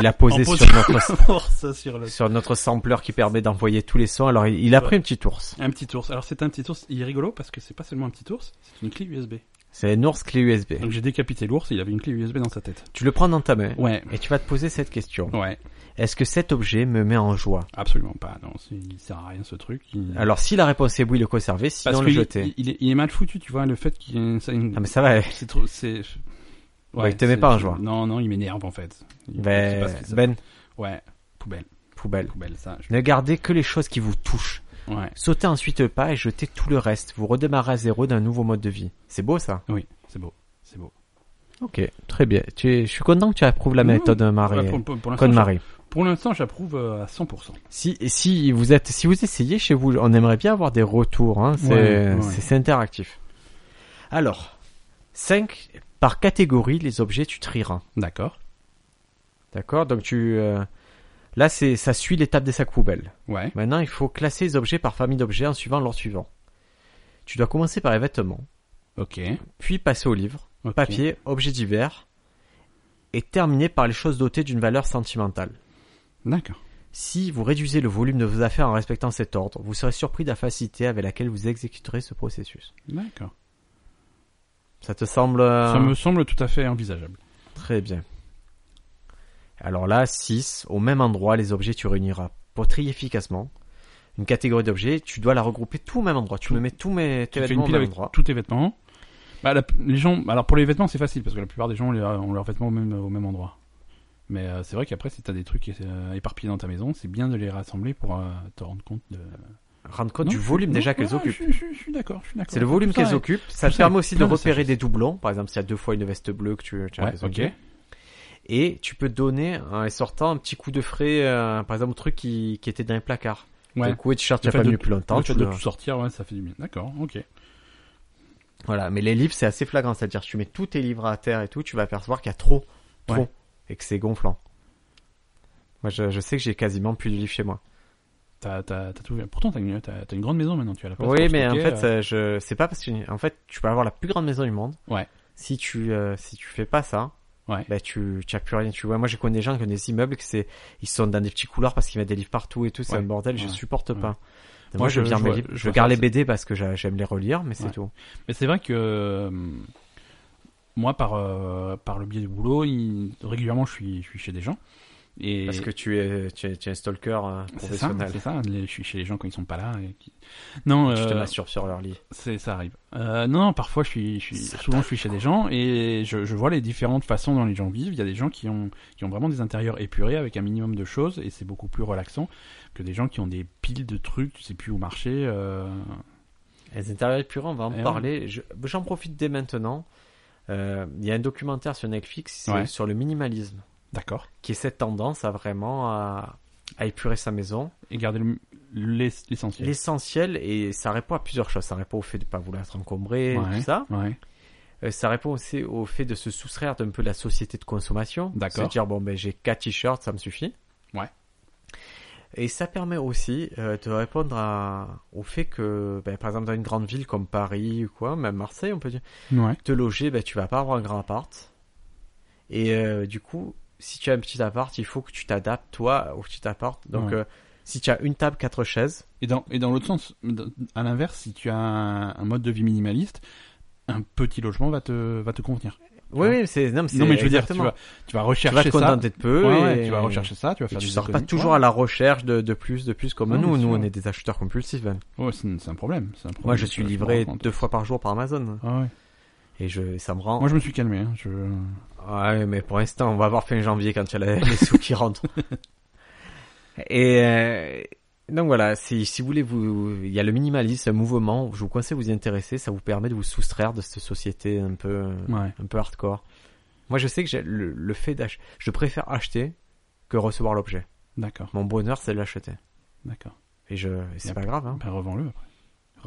Speaker 1: Il a posé
Speaker 2: En pose-
Speaker 1: sur notre,
Speaker 2: Pour ça, sur le-
Speaker 1: sur notre sampler qui permet d'envoyer tous les sons. Alors il, il a pris un petit ours.
Speaker 2: Un petit ours. Alors, c'est un petit ours. Il est rigolo parce que c'est pas seulement un petit ours, c'est une clé USB.
Speaker 1: C'est un ours clé USB.
Speaker 2: Donc, j'ai décapité l'ours. Il avait une clé USB dans sa tête.
Speaker 1: Tu le prends dans ta main
Speaker 2: Ouais.
Speaker 1: et tu vas te poser cette question.
Speaker 2: Ouais.
Speaker 1: Est-ce que cet objet me met en joie
Speaker 2: Absolument pas. Non, c'est- il sert à rien ce truc. Il-
Speaker 1: Alors si la réponse est oui, le conserver, sinon
Speaker 2: Parce
Speaker 1: le
Speaker 2: que
Speaker 1: jeter.
Speaker 2: il, il est, il est mal foutu, tu vois, le fait qu'il y ait une- ça, une-
Speaker 1: Ah mais ça va.
Speaker 2: c'est trop, c'est.
Speaker 1: Ouais, il te met
Speaker 2: c'est-
Speaker 1: pas en
Speaker 2: c'est-
Speaker 1: joie.
Speaker 2: Non, non, il m'énerve en fait. Il- je sais pas
Speaker 1: Ben,
Speaker 2: ce que c'est.
Speaker 1: ben,
Speaker 2: Ouais, poubelle,
Speaker 1: poubelle.
Speaker 2: poubelle, ça. je-
Speaker 1: Ne gardez que les choses qui vous touchent.
Speaker 2: Ouais,
Speaker 1: Sautez ensuite le pas et jetez tout le reste. Vous redémarrez à zéro d'un nouveau mode de vie. C'est beau ça
Speaker 2: oui, c'est beau, c'est beau.
Speaker 1: Ok, très bien. Tu es- Je suis content que tu approuves la méthode
Speaker 2: Non,
Speaker 1: Marie.
Speaker 2: ouais, pour, pour- pour
Speaker 1: Code
Speaker 2: l'instant,
Speaker 1: Marie.
Speaker 2: j'a- pour l'instant, j'approuve euh, à 100%.
Speaker 1: Si, si vous êtes, si vous essayez chez vous, on aimerait bien avoir des retours. Hein. C'est,
Speaker 2: Ouais, ouais.
Speaker 1: c'est, c'est interactif. Alors, 5 par catégorie les objets tu trieras.
Speaker 2: D'accord.
Speaker 1: D'accord. Donc tu, euh, là c'est, ça suit l'étape des sacs poubelles.
Speaker 2: Ouais.
Speaker 1: Maintenant il faut classer les objets par famille d'objets en suivant l'ordre suivant. Tu dois commencer par les vêtements,
Speaker 2: Ok.
Speaker 1: puis passer aux livres,
Speaker 2: ok.
Speaker 1: papier, objets divers, et terminer par les choses dotées d'une valeur sentimentale.
Speaker 2: D'accord.
Speaker 1: Si vous réduisez le volume de vos affaires en respectant cet ordre, vous serez surpris de la facilité avec laquelle vous exécuterez ce processus.
Speaker 2: D'accord.
Speaker 1: Ça te semble euh,
Speaker 2: Ça me semble tout à fait envisageable.
Speaker 1: très bien. Alors là, 6, au même endroit, les objets tu réuniras. Pour trier efficacement, une catégorie d'objets, tu dois la regrouper tout au même endroit. Tu me mets tous mes tes
Speaker 2: Tu fais
Speaker 1: vêtements bah,
Speaker 2: une
Speaker 1: au
Speaker 2: pile
Speaker 1: même
Speaker 2: avec
Speaker 1: endroit.
Speaker 2: tous tes vêtements. Bah, la- les gens, alors pour les vêtements, c'est facile parce que la plupart des gens ont leur- ont leurs vêtements au même, au même endroit. Mais euh, c'est vrai qu'après, si t'as des trucs euh, éparpillés dans ta maison, c'est bien de les rassembler pour euh, te rendre compte de.
Speaker 1: Rendre compte
Speaker 2: Non,
Speaker 1: du
Speaker 2: je-
Speaker 1: volume
Speaker 2: non,
Speaker 1: déjà
Speaker 2: ouais,
Speaker 1: qu'elles
Speaker 2: ouais,
Speaker 1: occupent.
Speaker 2: Je, je- je suis d'accord, je suis d'accord.
Speaker 1: C'est le volume
Speaker 2: Tout ça
Speaker 1: qu'elles
Speaker 2: est-
Speaker 1: occupent. Ça te
Speaker 2: ça,
Speaker 1: permet aussi de
Speaker 2: plein de
Speaker 1: repérer
Speaker 2: sagesse.
Speaker 1: des doublons. Par exemple, s'il y a deux fois une veste bleue que tu, tu as
Speaker 2: Ouais,
Speaker 1: raison de
Speaker 2: ok.
Speaker 1: dire. et tu peux donner euh, en sortant un petit coup de frais, euh, par exemple, au truc qui, qui était dans les placards.
Speaker 2: Ouais.
Speaker 1: Le coup de t-shirt, tu
Speaker 2: Le
Speaker 1: l'as
Speaker 2: fait
Speaker 1: pas
Speaker 2: de-
Speaker 1: mis plus longtemps.
Speaker 2: Le fait
Speaker 1: tu
Speaker 2: de
Speaker 1: le-
Speaker 2: tout sortir, ouais, ça fait du bien. D'accord, ok.
Speaker 1: Voilà, mais les livres, c'est assez flagrant. C'est-à-dire, tu mets tous tes livres à terre et tout, tu vas apercevoir qu'il y a trop, trop,
Speaker 2: Ouais.
Speaker 1: et que c'est gonflant. Moi, je, je sais que j'ai quasiment plus de livres chez moi.
Speaker 2: T'as, t'as, t'as tout. Pourtant, t'as une, t'as, t'as une grande maison maintenant. Tu as la place.
Speaker 1: oui,
Speaker 2: pour
Speaker 1: mais en
Speaker 2: stocker,
Speaker 1: fait,
Speaker 2: euh,
Speaker 1: ça, je, c'est pas parce que, en fait, tu peux avoir la plus grande maison du monde.
Speaker 2: Ouais.
Speaker 1: Si tu, euh, si tu fais pas ça.
Speaker 2: Ouais.
Speaker 1: Bah, tu, tu as plus rien, tu vois. Moi, je connais des gens qui ont des immeubles que c'est, ils sont dans des petits couloirs parce qu'ils mettent des livres partout et tout. C'est
Speaker 2: Ouais.
Speaker 1: un bordel, je
Speaker 2: Ouais.
Speaker 1: supporte
Speaker 2: Ouais.
Speaker 1: pas. Moi,
Speaker 2: Moi,
Speaker 1: je,
Speaker 2: je-
Speaker 1: vire
Speaker 2: je
Speaker 1: mes
Speaker 2: vois-
Speaker 1: livres.
Speaker 2: je
Speaker 1: Je,
Speaker 2: vois
Speaker 1: garde
Speaker 2: ça,
Speaker 1: les
Speaker 2: c'est-
Speaker 1: BD parce que j'a- j'aime les relire, mais c'est
Speaker 2: Ouais.
Speaker 1: tout.
Speaker 2: Mais c'est vrai que euh, moi, par euh, par le biais du boulot, il- régulièrement, je suis je suis chez des gens. Et Ah,
Speaker 1: Parce que tu es, tu es, tu es un stalker euh,
Speaker 2: c'est ça,
Speaker 1: professionnel.
Speaker 2: c'est ça. les- Je suis chez les gens quand ils sont pas là. Et qui- Non,
Speaker 1: Tu te
Speaker 2: euh,
Speaker 1: masturbes sur leur lit.
Speaker 2: C'est ça arrive. Euh, non, non, parfois je suis, je suis souvent je suis chez des gens et je, je vois les différentes façons dont les gens vivent. Il y a des gens qui ont qui ont vraiment des intérieurs épurés avec un minimum de choses et c'est beaucoup plus relaxant que des gens qui ont des piles de trucs, tu sais plus où marcher. euh,
Speaker 1: Les intérieurs purants, on va en
Speaker 2: Eh ouais.
Speaker 1: parler. Je- J'en profite dès maintenant. Euh, Il y a un documentaire sur Netflix c'est
Speaker 2: Ouais.
Speaker 1: sur le minimalisme,
Speaker 2: D'accord.
Speaker 1: qui est cette tendance à vraiment à, à épurer sa maison.
Speaker 2: Et garder le- l'es- l'essentiel.
Speaker 1: L'essentiel, et ça répond à plusieurs choses. Ça répond au fait de ne pas vouloir être encombré,
Speaker 2: Ouais.
Speaker 1: tout ça.
Speaker 2: Ouais.
Speaker 1: Euh, ça répond aussi au fait de se soustraire d'un peu de la société de consommation.
Speaker 2: D'accord.
Speaker 1: Se dire, bon, ben, j'ai quatre t-shirts, ça me suffit.
Speaker 2: Ouais.
Speaker 1: Et ça permet aussi euh, de répondre à, au fait que, ben, par exemple, dans une grande ville comme Paris ou quoi, même Marseille, on peut dire,
Speaker 2: Ouais.
Speaker 1: bah, te loger, ben, tu vas pas avoir un grand appart. Et euh, du coup, si tu as un petit appart, il faut que tu t'adaptes toi au petit appart. Donc
Speaker 2: Ouais.
Speaker 1: euh, si tu as une table, quatre chaises,
Speaker 2: Et dans, et dans l'autre sens, d- à l'inverse, si tu as un, un mode de vie minimaliste, un petit logement va te, va te convenir.
Speaker 1: oui,
Speaker 2: Ah.
Speaker 1: oui, c'est non, mais, c'est
Speaker 2: non, mais je veux dire, tu
Speaker 1: exactement.
Speaker 2: vas, tu vas
Speaker 1: Tu vas
Speaker 2: rechercher
Speaker 1: te
Speaker 2: ça.
Speaker 1: contenter de peu
Speaker 2: Ouais, ouais,
Speaker 1: et
Speaker 2: tu vas rechercher ça, tu vas
Speaker 1: Et
Speaker 2: faire
Speaker 1: tu
Speaker 2: des
Speaker 1: sors pas
Speaker 2: économies.
Speaker 1: toujours à la recherche de, de plus, de plus comme
Speaker 2: Non,
Speaker 1: nous.
Speaker 2: bien
Speaker 1: Nous,
Speaker 2: sûr.
Speaker 1: on est des acheteurs compulsifs. même.
Speaker 2: Ouais, c'est c'est un problème. c'est un problème,
Speaker 1: Moi, je
Speaker 2: ça,
Speaker 1: suis
Speaker 2: me
Speaker 1: livré
Speaker 2: rends compte.
Speaker 1: deux fois par jour par Amazon.
Speaker 2: Ah ouais.
Speaker 1: Et je, ça me rend.
Speaker 2: Moi, je me suis calmé. hein, Je...
Speaker 1: Ouais, mais pour l'instant, on va voir fin janvier quand il y a la- les sous qui rentrent. Et euh, donc voilà, si, si vous voulez, vous, il y a le minimalisme, un mouvement. Je vous conseille de vous y intéresser. Ça vous permet de vous soustraire de cette société un peu, euh,
Speaker 2: Ouais.
Speaker 1: un peu hardcore. Moi, je sais que j'ai le, le fait d'acheter, je préfère acheter que recevoir l'objet.
Speaker 2: D'accord,
Speaker 1: Mon bonheur, c'est de l'acheter.
Speaker 2: d'accord.
Speaker 1: Et je, et c'est
Speaker 2: Yep.
Speaker 1: pas grave. Hein.
Speaker 2: Ben, revends-le après.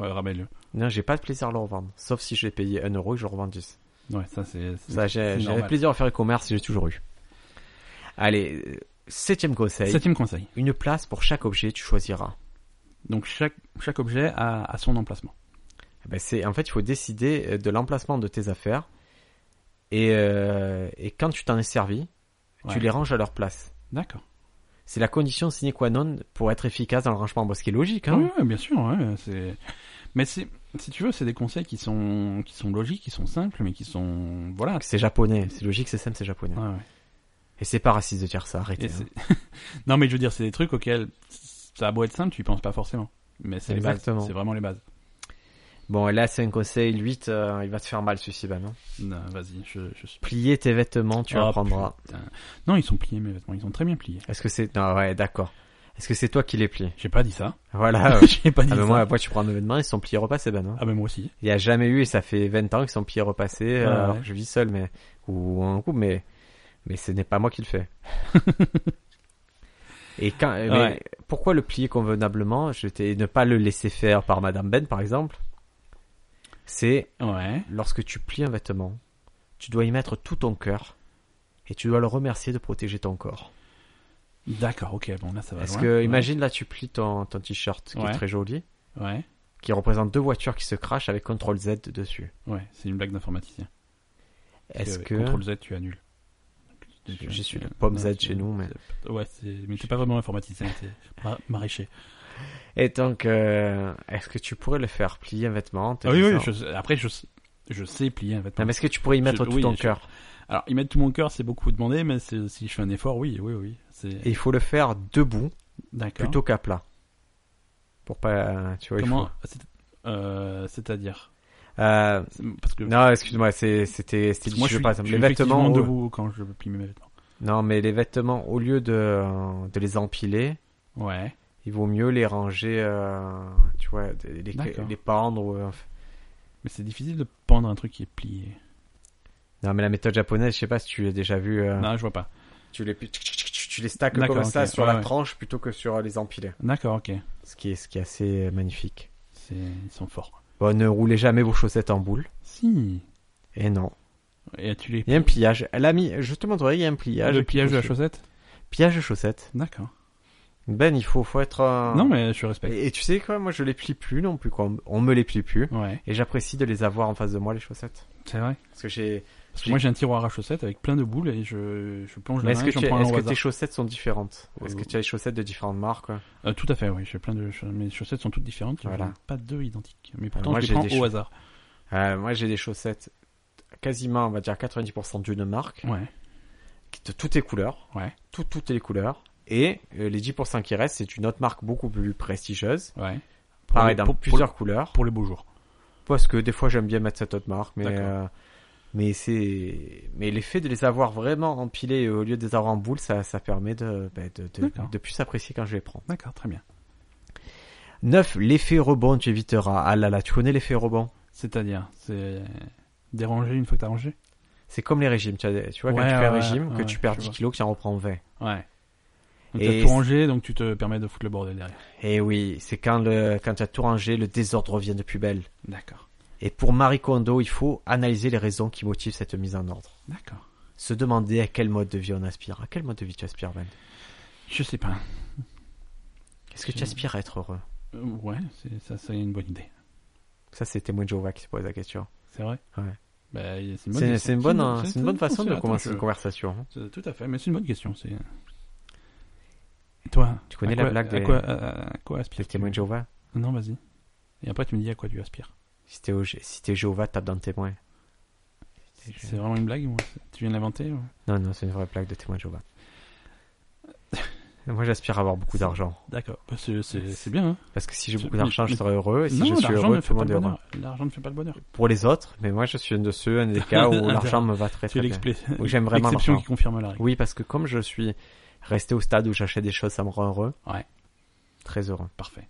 Speaker 2: Re- Ramène-le.
Speaker 1: Non, j'ai pas de plaisir à le revendre. Sauf si j'ai payé 1 euro et que je le revends 10.
Speaker 2: Ouais, ça, c'est. c'est-
Speaker 1: Ça, j'ai,
Speaker 2: c'est
Speaker 1: j'ai
Speaker 2: normal.
Speaker 1: plaisir à faire e-commerce et j'ai toujours eu. Allez, euh, septième conseil.
Speaker 2: Septième conseil.
Speaker 1: Une place pour chaque objet, tu choisiras.
Speaker 2: Donc, chaque, chaque objet a, a son emplacement.
Speaker 1: Eh Ben c'est, en fait, il faut décider euh, de l'emplacement de tes affaires. Et, euh, et quand tu t'en es servi,
Speaker 2: Ouais.
Speaker 1: tu les ranges à leur place.
Speaker 2: D'accord.
Speaker 1: C'est la condition sine qua non pour être efficace dans le rangement. Bon, ce qui est logique. Hein.
Speaker 2: Oui, oui, bien sûr. ouais, c'est... Mais c'est, si tu veux, c'est des conseils qui sont, qui sont logiques, qui sont simples, mais qui sont. Voilà.
Speaker 1: C'est japonais. C'est logique, c'est simple, c'est japonais.
Speaker 2: Ouais, ouais.
Speaker 1: Et c'est pas raciste de dire ça. Arrêtez.
Speaker 2: Et
Speaker 1: hein.
Speaker 2: c'est- non, mais je veux dire, c'est des trucs auxquels ça a beau être simple, tu y penses pas forcément. Mais c'est les bases.
Speaker 1: Exactement.
Speaker 2: C'est vraiment les bases.
Speaker 1: Bon, et là, c'est un conseil. 8, euh, il va te faire mal, celui-ci, ben, non
Speaker 2: Non, vas-y, je, je suis.
Speaker 1: Plier tes vêtements, tu
Speaker 2: Oh,
Speaker 1: apprendras.
Speaker 2: putain. Non, ils sont pliés mes vêtements, ils sont très bien pliés.
Speaker 1: Est-ce que c'est... Non, ouais, d'accord. Est-ce que c'est toi qui les plie
Speaker 2: J'ai pas dit ça.
Speaker 1: Voilà. ouais.
Speaker 2: J'ai pas dit
Speaker 1: ah,
Speaker 2: ça.
Speaker 1: ben, moi, après, tu prends mes vêtements, ils sont pliés repassés, ben, non
Speaker 2: Ah ben moi aussi.
Speaker 1: Il y a jamais eu, et ça fait 20 ans qu'ils sont pliés repassés, euh,
Speaker 2: Ouais, ouais.
Speaker 1: alors que je vis seul, mais... Ou en couple, mais... Mais ce n'est pas moi qui le fais. et quand... mais
Speaker 2: Ouais.
Speaker 1: pourquoi le plier convenablement je t'ai- ne pas le laisser faire par Madame Ben, par exemple C'est...
Speaker 2: Ouais.
Speaker 1: Lorsque tu plies un vêtement, tu dois y mettre tout ton cœur et tu dois le remercier de protéger ton corps.
Speaker 2: D'accord, ok, bon là ça va.
Speaker 1: Parce
Speaker 2: loin.
Speaker 1: que
Speaker 2: Ouais.
Speaker 1: imagine là, tu plies ton, ton t-shirt qui
Speaker 2: Ouais.
Speaker 1: est très joli,
Speaker 2: Ouais,
Speaker 1: qui représente deux voitures qui se crachent avec CTRL Z dessus.
Speaker 2: ouais, c'est une blague d'informaticien.
Speaker 1: Est-ce
Speaker 2: Euh,
Speaker 1: que
Speaker 2: Contrôle Z, tu annules.
Speaker 1: je suis le pomme Z chez nous, mais
Speaker 2: Ouais, c'est... mais t'es pas vraiment informaticien, t'es ma- maraîcher.
Speaker 1: et donc euh, est-ce que tu pourrais le faire plier un vêtement t'es
Speaker 2: Ah oui, oui,
Speaker 1: bizarre.
Speaker 2: je sais- après je sais... je sais plier un vêtement.
Speaker 1: Non, mais est-ce que tu pourrais y mettre
Speaker 2: Je-
Speaker 1: tout
Speaker 2: oui,
Speaker 1: ton
Speaker 2: je-
Speaker 1: cœur
Speaker 2: Alors, y mettre tout mon cœur, c'est beaucoup demandé, mais c'est- si je fais un effort, oui, oui, oui. C'est...
Speaker 1: Et il faut le faire debout
Speaker 2: D'accord.
Speaker 1: plutôt qu'à plat, pour pas, tu vois. il
Speaker 2: Comment
Speaker 1: faut-
Speaker 2: c'est... euh, C'est-à-dire
Speaker 1: Euh,
Speaker 2: C'est- Parce que
Speaker 1: non, excuse-moi, c'est- c'était, c'était
Speaker 2: parce que moi, je
Speaker 1: je
Speaker 2: suis,
Speaker 1: pas,
Speaker 2: je
Speaker 1: les
Speaker 2: suis
Speaker 1: vêtements. euh.
Speaker 2: effectivement
Speaker 1: ouais.
Speaker 2: debout quand je plie mes vêtements.
Speaker 1: Non, mais les vêtements, au lieu de, de les empiler,
Speaker 2: Ouais,
Speaker 1: il vaut mieux les ranger, euh, tu vois, de- les,
Speaker 2: D'accord.
Speaker 1: les pendre. ou, euh,
Speaker 2: mais c'est difficile de pendre un truc qui est plié.
Speaker 1: Non, mais la méthode japonaise, je sais pas si tu l'as déjà vu, euh,
Speaker 2: Non, je vois pas.
Speaker 1: tu les, tu les stacks
Speaker 2: D'accord,
Speaker 1: comme ça
Speaker 2: ok,
Speaker 1: sur
Speaker 2: ouais,
Speaker 1: la
Speaker 2: ouais.
Speaker 1: tranche plutôt que sur euh, les empiler.
Speaker 2: D'accord, ok.
Speaker 1: Ce qui est, ce qui est assez euh, magnifique.
Speaker 2: C'est... Ils sont forts.
Speaker 1: Bon, ne roulez jamais vos chaussettes en boule.
Speaker 2: Si.
Speaker 1: Et non.
Speaker 2: Et tu les
Speaker 1: Il y a un pliage. Elle a mis, je te montrerai, il y a un pliage.
Speaker 2: le pliage de la
Speaker 1: Possible.
Speaker 2: chaussette
Speaker 1: Pliage de chaussettes.
Speaker 2: D'accord.
Speaker 1: Ben, il faut, faut être. euh,
Speaker 2: Non, mais je respecte.
Speaker 1: Et, et tu sais quoi, moi je les plie plus non plus, quoi. On- On me les plie plus.
Speaker 2: Ouais,
Speaker 1: Et j'apprécie de les avoir en face de moi, les chaussettes.
Speaker 2: c'est vrai.
Speaker 1: Parce que j'ai.
Speaker 2: Parce que moi, j'ai un tiroir à chaussettes avec plein de boules et je, je plonge
Speaker 1: Mais
Speaker 2: la
Speaker 1: est-ce
Speaker 2: main
Speaker 1: que,
Speaker 2: et j'en
Speaker 1: tu-
Speaker 2: prends un
Speaker 1: est-ce
Speaker 2: au
Speaker 1: que tes
Speaker 2: hasard.
Speaker 1: chaussettes sont différentes Est-ce que
Speaker 2: Euh,
Speaker 1: tu as des chaussettes de différentes marques quoi
Speaker 2: Euh, tout à fait, oui. J'ai plein de cha- mes chaussettes sont toutes différentes.
Speaker 1: Voilà. Euh,
Speaker 2: J'en ai Pas deux identiques. Mais pourtant,
Speaker 1: moi,
Speaker 2: je les
Speaker 1: j'ai
Speaker 2: prends
Speaker 1: des
Speaker 2: au
Speaker 1: cha-
Speaker 2: hasard.
Speaker 1: Euh, Moi, j'ai des chaussettes quasiment, on va dire 90% d'une marque,
Speaker 2: Ouais.
Speaker 1: qui- de toutes les couleurs,
Speaker 2: Ouais.
Speaker 1: tout- toutes les couleurs. Et euh, les 10% qui restent, c'est une autre marque beaucoup plus prestigieuse.
Speaker 2: Ouais.
Speaker 1: Pareil, dans
Speaker 2: le- le-
Speaker 1: plusieurs couleurs.
Speaker 2: pour les beaux jours.
Speaker 1: Parce que des fois, j'aime bien mettre cette autre marque, mais.
Speaker 2: D'accord.
Speaker 1: euh, mais c'est, mais l'effet de les avoir vraiment empilés euh, au lieu de les avoir en boule, ça, ça permet de, bah, de, de,
Speaker 2: D'accord.
Speaker 1: de plus apprécier quand je les prends.
Speaker 2: D'accord, très bien.
Speaker 1: 9. L'effet rebond, tu éviteras. Ah là là, tu connais l'effet rebond
Speaker 2: C'est-à-dire, c'est déranger une fois que t'as rangé
Speaker 1: C'est comme les régimes. Tu, as- tu vois, quand
Speaker 2: Ouais,
Speaker 1: tu fais un
Speaker 2: ouais,
Speaker 1: régime,
Speaker 2: ouais,
Speaker 1: que
Speaker 2: ouais,
Speaker 1: tu perds
Speaker 2: je
Speaker 1: 10
Speaker 2: vois.
Speaker 1: kilos, que tu en reprends 20.
Speaker 2: Ouais. Donc
Speaker 1: Et
Speaker 2: t'as tout rangé, donc tu te permets de foutre le bordel derrière.
Speaker 1: Et Eh oui, c'est quand, le, quand tu as tout rangé, le désordre revient de plus belle.
Speaker 2: D'accord.
Speaker 1: Et pour Marie Kondo, il faut analyser les raisons qui motivent cette mise en ordre.
Speaker 2: D'accord.
Speaker 1: Se demander à quel mode de vie on aspire. À quel mode de vie tu aspires, Ben
Speaker 2: Je sais pas.
Speaker 1: Est-ce que tu
Speaker 2: Je-
Speaker 1: aspires à être heureux
Speaker 2: Euh, ouais, c'est, ça, c'est une bonne idée.
Speaker 1: Ça, c'est Témoin Jéhovah qui se pose la question.
Speaker 2: C'est vrai. Bah, c'est une bonne,
Speaker 1: C'est
Speaker 2: question.
Speaker 1: c'est une bonne,
Speaker 2: c'est
Speaker 1: hein, c'est une bonne façon de
Speaker 2: attends,
Speaker 1: commencer
Speaker 2: je-
Speaker 1: une conversation. hein.
Speaker 2: c'est- Tout à fait, mais c'est une bonne question. C'est. Et Toi,
Speaker 1: Tu connais
Speaker 2: à
Speaker 1: la
Speaker 2: quoi-
Speaker 1: blague
Speaker 2: à
Speaker 1: des-
Speaker 2: quoi, à, à quoi
Speaker 1: T'es le
Speaker 2: aspires
Speaker 1: témoin de Jéhovah
Speaker 2: Non, vas-y. Et après, tu me dis à quoi tu aspires.
Speaker 1: Si t'es au- si t'es Jéhovah, tape dans le témoin.
Speaker 2: C'est vraiment une blague ou c'est- Tu viens de l'inventer ou-
Speaker 1: Non, non, c'est une vraie blague de témoin de Jéhovah. Moi, j'aspire à avoir beaucoup d'argent.
Speaker 2: D'accord. Bah, c'est- C'est c'est bien. Hein
Speaker 1: Parce que si j'ai
Speaker 2: C'est-
Speaker 1: beaucoup d'argent, je
Speaker 2: mais-
Speaker 1: serai heureux. Et si
Speaker 2: non,
Speaker 1: je suis
Speaker 2: l'argent
Speaker 1: heureux,
Speaker 2: ne
Speaker 1: tout
Speaker 2: fait
Speaker 1: le
Speaker 2: pas
Speaker 1: monde
Speaker 2: le
Speaker 1: est heureux.
Speaker 2: bonheur. L'argent ne fait pas le bonheur.
Speaker 1: Pour les autres, mais moi, je suis un de ceux, un des cas où l'argent me va très très
Speaker 2: C'est
Speaker 1: bien.
Speaker 2: l'expli-
Speaker 1: Oui, j'aime vraiment
Speaker 2: l'exception
Speaker 1: l'argent.
Speaker 2: qui confirme la règle.
Speaker 1: Oui, parce que comme je suis resté au stade où j'achète des choses, ça me rend heureux.
Speaker 2: Ouais.
Speaker 1: Très heureux.
Speaker 2: Parfait.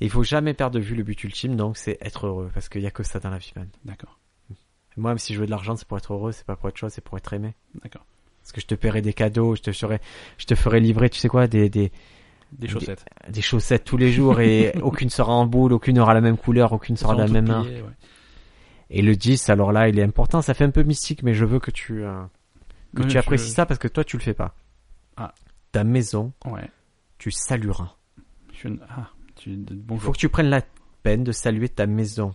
Speaker 1: Et il faut jamais perdre de vue le but ultime, donc c'est être heureux. Parce qu'il y a que ça dans la vie, man.
Speaker 2: D'accord.
Speaker 1: Moi, même si je veux de l'argent, c'est pour être heureux, c'est pas pour être chose, c'est pour être aimé.
Speaker 2: D'accord.
Speaker 1: Parce que je te paierai des cadeaux, je te ferai, je te ferai livrer, tu sais quoi, des, des,
Speaker 2: Des chaussettes.
Speaker 1: des chaussettes tous les jours et aucune sera en boule, aucune aura la même couleur, aucune sera de la
Speaker 2: Sans
Speaker 1: même
Speaker 2: tout
Speaker 1: main.
Speaker 2: plier, ouais.
Speaker 1: Et le 10, alors là, il est important. Ça fait un peu mystique, mais je veux que tu, euh, que
Speaker 2: Oui,
Speaker 1: tu
Speaker 2: je-
Speaker 1: apprécies ça parce que toi, tu le fais pas.
Speaker 2: Ah.
Speaker 1: Ta maison,
Speaker 2: Ouais.
Speaker 1: tu salueras.
Speaker 2: Je suis une- Ah, tu...
Speaker 1: Il faut
Speaker 2: Bonjour.
Speaker 1: que tu prennes la peine de saluer ta maison.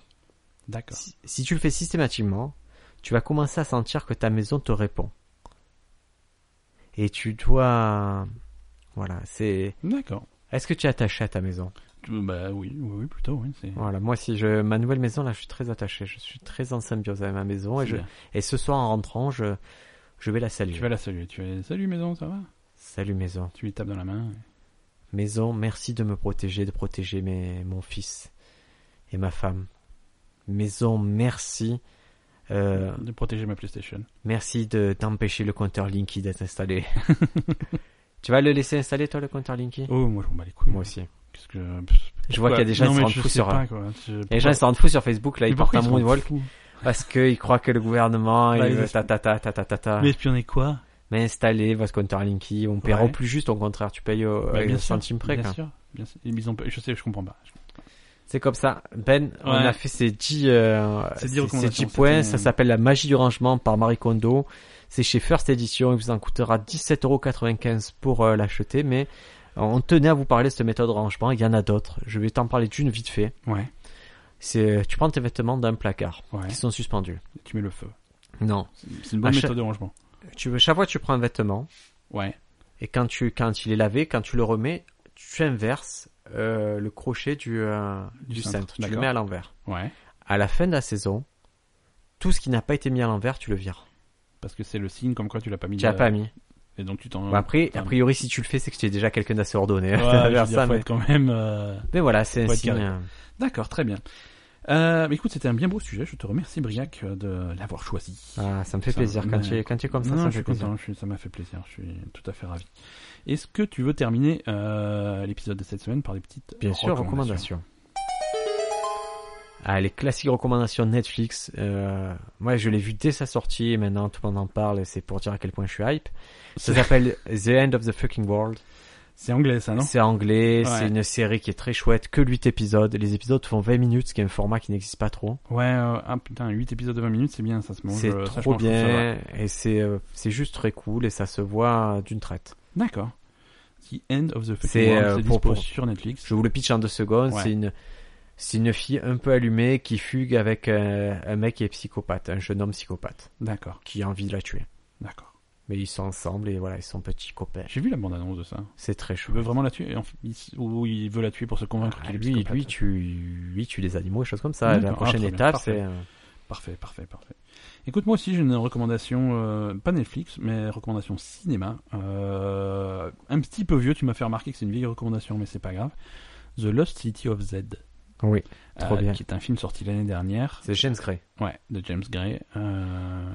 Speaker 2: D'accord.
Speaker 1: Si, si tu le fais systématiquement, tu vas commencer à sentir que ta maison te répond. Et tu dois, voilà, c'est,
Speaker 2: D'accord.
Speaker 1: est-ce que tu es attaché à ta maison?
Speaker 2: Tu- Bah oui, oui, oui, plutôt, oui. C'est
Speaker 1: Voilà, moi si je ma nouvelle maison là, je suis très attaché, je suis très en symbiose avec ma maison et
Speaker 2: c'est
Speaker 1: je
Speaker 2: bien.
Speaker 1: et ce soir en rentrant, je je vais la saluer.
Speaker 2: Tu vas la saluer. Tu vas... Salut maison, ça va
Speaker 1: Salut maison.
Speaker 2: Tu lui tapes dans la main.
Speaker 1: Maison, merci de me protéger, de protéger mes mon fils et ma femme. Maison, merci euh,
Speaker 2: De protéger ma PlayStation.
Speaker 1: merci de d'empêcher le compteur Linky d'être installé. tu vas le laisser installer toi le compteur Linky
Speaker 2: Oh, moi je m'en bats les couilles.
Speaker 1: Moi aussi.
Speaker 2: Qu'est-ce que... bah,
Speaker 1: Je vois qu'il y a des gens qui
Speaker 2: non,
Speaker 1: se
Speaker 2: mais
Speaker 1: rendent
Speaker 2: je
Speaker 1: fous
Speaker 2: sais
Speaker 1: sur
Speaker 2: pas, quoi. Je-
Speaker 1: les
Speaker 2: pourquoi-
Speaker 1: gens ils se rendent fous sur Facebook là,
Speaker 2: Mais
Speaker 1: ils partent
Speaker 2: pourquoi
Speaker 1: un
Speaker 2: se rendent
Speaker 1: moonwalk
Speaker 2: fous
Speaker 1: parce qu'ils croient que le gouvernement
Speaker 2: Bah,
Speaker 1: il
Speaker 2: les
Speaker 1: veut
Speaker 2: esp-
Speaker 1: ta ta ta ta ta ta ta.
Speaker 2: Mais espionner quoi
Speaker 1: mais installer votre compteur Linky, on paiera
Speaker 2: Ouais.
Speaker 1: au plus juste, au contraire, tu payes au,
Speaker 2: Bah,
Speaker 1: euh,
Speaker 2: bien
Speaker 1: au
Speaker 2: sûr,
Speaker 1: centime près.
Speaker 2: Bien
Speaker 1: quoi.
Speaker 2: sûr. Bien sûr. Ils ont... pas- Je sais, je comprends pas.
Speaker 1: C'est comme ça. Ben, on
Speaker 2: Ouais.
Speaker 1: a fait ces 10, euh,
Speaker 2: Ces dix
Speaker 1: ces- ces
Speaker 2: recommandations,
Speaker 1: 10 points, ça
Speaker 2: c'était-
Speaker 1: s'appelle La magie du rangement par Marie Kondo. C'est chez First Edition, il vous en coûtera 17,95€ pour euh, l'acheter, mais euh, on tenait à vous parler de cette méthode de rangement, il y en a d'autres. Je vais t'en parler d'une vite fait.
Speaker 2: Ouais,
Speaker 1: C'est, euh, tu prends tes vêtements d'un placard,
Speaker 2: ouais.
Speaker 1: qui sont suspendus.
Speaker 2: Tu mets le feu.
Speaker 1: Non.
Speaker 2: C'est une bonne
Speaker 1: À chaque-
Speaker 2: méthode de rangement.
Speaker 1: Tu veux, chaque fois que tu prends un vêtement,
Speaker 2: Ouais.
Speaker 1: Et quand tu quand il est lavé, quand tu le remets, tu inverses euh, le crochet du euh,
Speaker 2: Du
Speaker 1: du,
Speaker 2: cintre,
Speaker 1: cintre. Tu le
Speaker 2: d'accord.
Speaker 1: mets à l'envers.
Speaker 2: Ouais.
Speaker 1: À la fin de la saison, tout ce qui n'a pas été mis à l'envers, tu le vires.
Speaker 2: Parce que c'est le signe comme quoi tu l'as pas mis.
Speaker 1: Tu l'as
Speaker 2: de-
Speaker 1: pas mis.
Speaker 2: Et donc tu t'en.
Speaker 1: Bon, après,
Speaker 2: t'en-
Speaker 1: a priori, si tu le fais, c'est que tu es déjà quelqu'un d'assez ordonné.
Speaker 2: Ouais,
Speaker 1: à
Speaker 2: je veux
Speaker 1: faire
Speaker 2: dire,
Speaker 1: ça,
Speaker 2: faut
Speaker 1: mais...
Speaker 2: être quand même. euh,
Speaker 1: mais voilà, c'est un
Speaker 2: faut être
Speaker 1: signe.
Speaker 2: carré.
Speaker 1: euh,
Speaker 2: D'accord, très bien. Euh, écoute, c'était un bien beau sujet. Je te remercie, Briac, euh, de l'avoir choisi.
Speaker 1: ah, ça me fait
Speaker 2: Ça
Speaker 1: plaisir
Speaker 2: me-
Speaker 1: quand tu es quand tu es comme ça.
Speaker 2: non,
Speaker 1: ça me fait
Speaker 2: je suis
Speaker 1: plaisir.
Speaker 2: content. je suis- ça m'a fait plaisir. Je suis tout à fait ravi. Est-ce que tu veux terminer euh, l'épisode de cette semaine par des petites
Speaker 1: Bien sûr, recommandations. Ah, les classiques recommandations Netflix. Euh, moi, je l'ai vu dès sa sortie et maintenant tout le monde en parle et c'est pour dire à quel point je suis hype. Ça s'appelle The End of the Fucking World.
Speaker 2: C'est anglais, ça, Ah non
Speaker 1: C'est anglais,
Speaker 2: Ouais.
Speaker 1: c'est une série qui est très chouette, que 8 épisodes. Les épisodes font 20 minutes, ce qui est un format qui n'existe pas trop.
Speaker 2: Ouais. euh, ah putain, 8 épisodes de 20 minutes, c'est bien, ça se mange.
Speaker 1: c'est
Speaker 2: euh, ça, je
Speaker 1: trop
Speaker 2: mange comme ça, ouais.
Speaker 1: bien et c'est euh, c'est juste très cool et ça se voit euh, d'une traite.
Speaker 2: D'accord. The End of the Fucking
Speaker 1: C'est,
Speaker 2: World,
Speaker 1: euh,
Speaker 2: c'est
Speaker 1: pour-
Speaker 2: dispo
Speaker 1: pour-
Speaker 2: sur Netflix.
Speaker 1: Je vous le pitch en deux secondes.
Speaker 2: Ouais.
Speaker 1: C'est une, c'est une fille un peu allumée qui fugue avec euh, un mec qui est psychopathe, un jeune homme psychopathe
Speaker 2: D'accord,
Speaker 1: qui a envie de la tuer.
Speaker 2: d'accord.
Speaker 1: Mais ils sont ensemble et voilà, ils sont petits copains.
Speaker 2: J'ai vu la bande-annonce de ça.
Speaker 1: C'est très
Speaker 2: Tu veux
Speaker 1: chouette.
Speaker 2: vraiment la tuer Et en fait, il- Ou il veut la tuer pour se convaincre
Speaker 1: Ah,
Speaker 2: qu'il est
Speaker 1: lui,
Speaker 2: psychopathe.
Speaker 1: lui, tu, lui, tu les animaux, et choses comme ça. La
Speaker 2: D'accord. Ah,
Speaker 1: prochaine
Speaker 2: très bien.
Speaker 1: étape,
Speaker 2: Parfait.
Speaker 1: c'est. euh,
Speaker 2: Parfait, parfait, parfait. Écoute, moi aussi j'ai une recommandation, euh, pas Netflix, mais recommandation cinéma. Euh, un petit peu vieux, tu m'as fait remarquer que c'est une vieille recommandation, mais c'est pas grave. The Lost City of Z. euh,
Speaker 1: Oui, Trop bien.
Speaker 2: Qui est un film sorti l'année dernière,
Speaker 1: euh, c'est James Gray.
Speaker 2: ouais, de James Gray. Euh,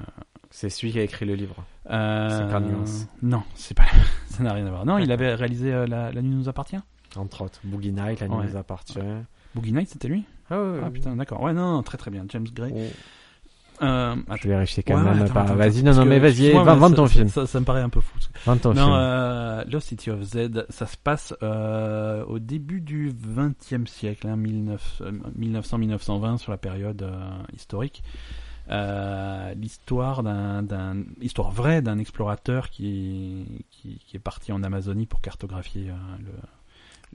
Speaker 1: C'est celui qui a écrit le livre.
Speaker 2: euh,
Speaker 1: C'est pas Nuance.
Speaker 2: Non, c'est pas. ça n'a rien à voir. Non, il avait réalisé euh, la, la nuit nous appartient.
Speaker 1: Entre autres, Boogie Night, La nuit
Speaker 2: Ouais.
Speaker 1: nous appartient.
Speaker 2: Boogie Night, c'était lui.
Speaker 1: Ah, ouais,
Speaker 2: Ah
Speaker 1: ouais.
Speaker 2: putain, d'accord. Ouais, non, non, très très bien, James Gray.
Speaker 1: Oh, Ah,
Speaker 2: Euh, attends.
Speaker 1: Je vais vérifier quand
Speaker 2: Ouais,
Speaker 1: même.
Speaker 2: attends,
Speaker 1: pas-
Speaker 2: attends,
Speaker 1: vas-y,
Speaker 2: attends,
Speaker 1: non,
Speaker 2: parce
Speaker 1: non,
Speaker 2: que,
Speaker 1: mais vas-y,
Speaker 2: excuse-moi,
Speaker 1: vends
Speaker 2: mais
Speaker 1: vends
Speaker 2: ça-
Speaker 1: ton film.
Speaker 2: Ça, ça me paraît un peu fou.
Speaker 1: Vends ton
Speaker 2: non,
Speaker 1: film.
Speaker 2: euh, Lost City of Z, ça se passe euh, au début du XXe siècle, hein, 1900, euh, 1900-1920, sur la période euh, historique. Euh, l'histoire d'un, d'un histoire vraie d'un explorateur qui, qui qui est parti en Amazonie pour cartographier euh,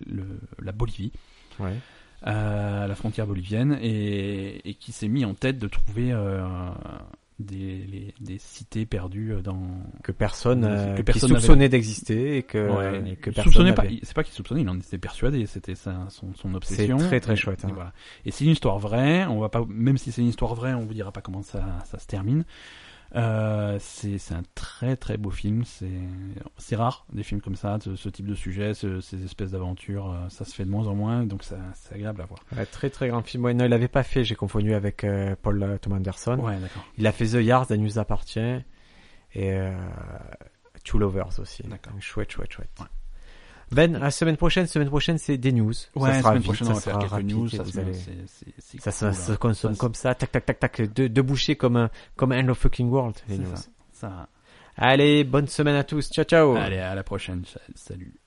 Speaker 2: le, le la Bolivie
Speaker 1: Ouais.
Speaker 2: à la frontière bolivienne et, et qui s'est mis en tête de trouver euh, des, les- des cités perdues euh, dans.
Speaker 1: que personne,
Speaker 2: Que
Speaker 1: euh, qui
Speaker 2: personne
Speaker 1: soupçonnait d'exister et que,
Speaker 2: Ouais,
Speaker 1: et que
Speaker 2: il
Speaker 1: personne
Speaker 2: soupçonnait pas.
Speaker 1: n'avait.
Speaker 2: il- C'est pas qu'il soupçonnait, il en était persuadé. C'était sa- son, son obsession.
Speaker 1: très, très
Speaker 2: Et-
Speaker 1: chouette, hein.
Speaker 2: Et, voilà. Et c'est une histoire vraie. On va pas, même si c'est une histoire vraie, on vous dira pas comment ça, ça se termine. Euh, c'est c'est un très très beau film. C'est c'est rare des films comme ça, ce, ce type de sujet, ce- ces espèces d'aventures. euh, Ça se fait de moins en moins, donc ça- c'est agréable à voir.
Speaker 1: Ouais, très très grand film. Ouais, non, il l'avait pas fait, j'ai confondu avec euh, Paul euh, Thomas Anderson.
Speaker 2: Ouais, d'accord.
Speaker 1: Il a fait The Yard, Elle nous appartient. Et euh, Two Lovers aussi.
Speaker 2: D'accord.
Speaker 1: Donc, Chouette, chouette, chouette.
Speaker 2: Ouais.
Speaker 1: Ben, la semaine prochaine, semaine prochaine, c'est des news.
Speaker 2: Ouais,
Speaker 1: ça
Speaker 2: la
Speaker 1: sera
Speaker 2: semaine
Speaker 1: vite,
Speaker 2: prochaine,
Speaker 1: ça
Speaker 2: on va faire
Speaker 1: sera
Speaker 2: quelques
Speaker 1: rapide
Speaker 2: news.
Speaker 1: et
Speaker 2: Ça,
Speaker 1: vous
Speaker 2: se-
Speaker 1: allez-
Speaker 2: c'est- c'est- c'est
Speaker 1: ça,
Speaker 2: cool,
Speaker 1: ça se
Speaker 2: hein.
Speaker 1: consomme
Speaker 2: Ça,
Speaker 1: comme ça, tac, tac, tac, tac, de, de boucher comme un, comme un End of Fucking World, les
Speaker 2: c'est
Speaker 1: news.
Speaker 2: ça. Ça.
Speaker 1: Oh. Allez, bonne semaine à tous. Ciao, ciao.
Speaker 2: Allez, à la prochaine. Salut.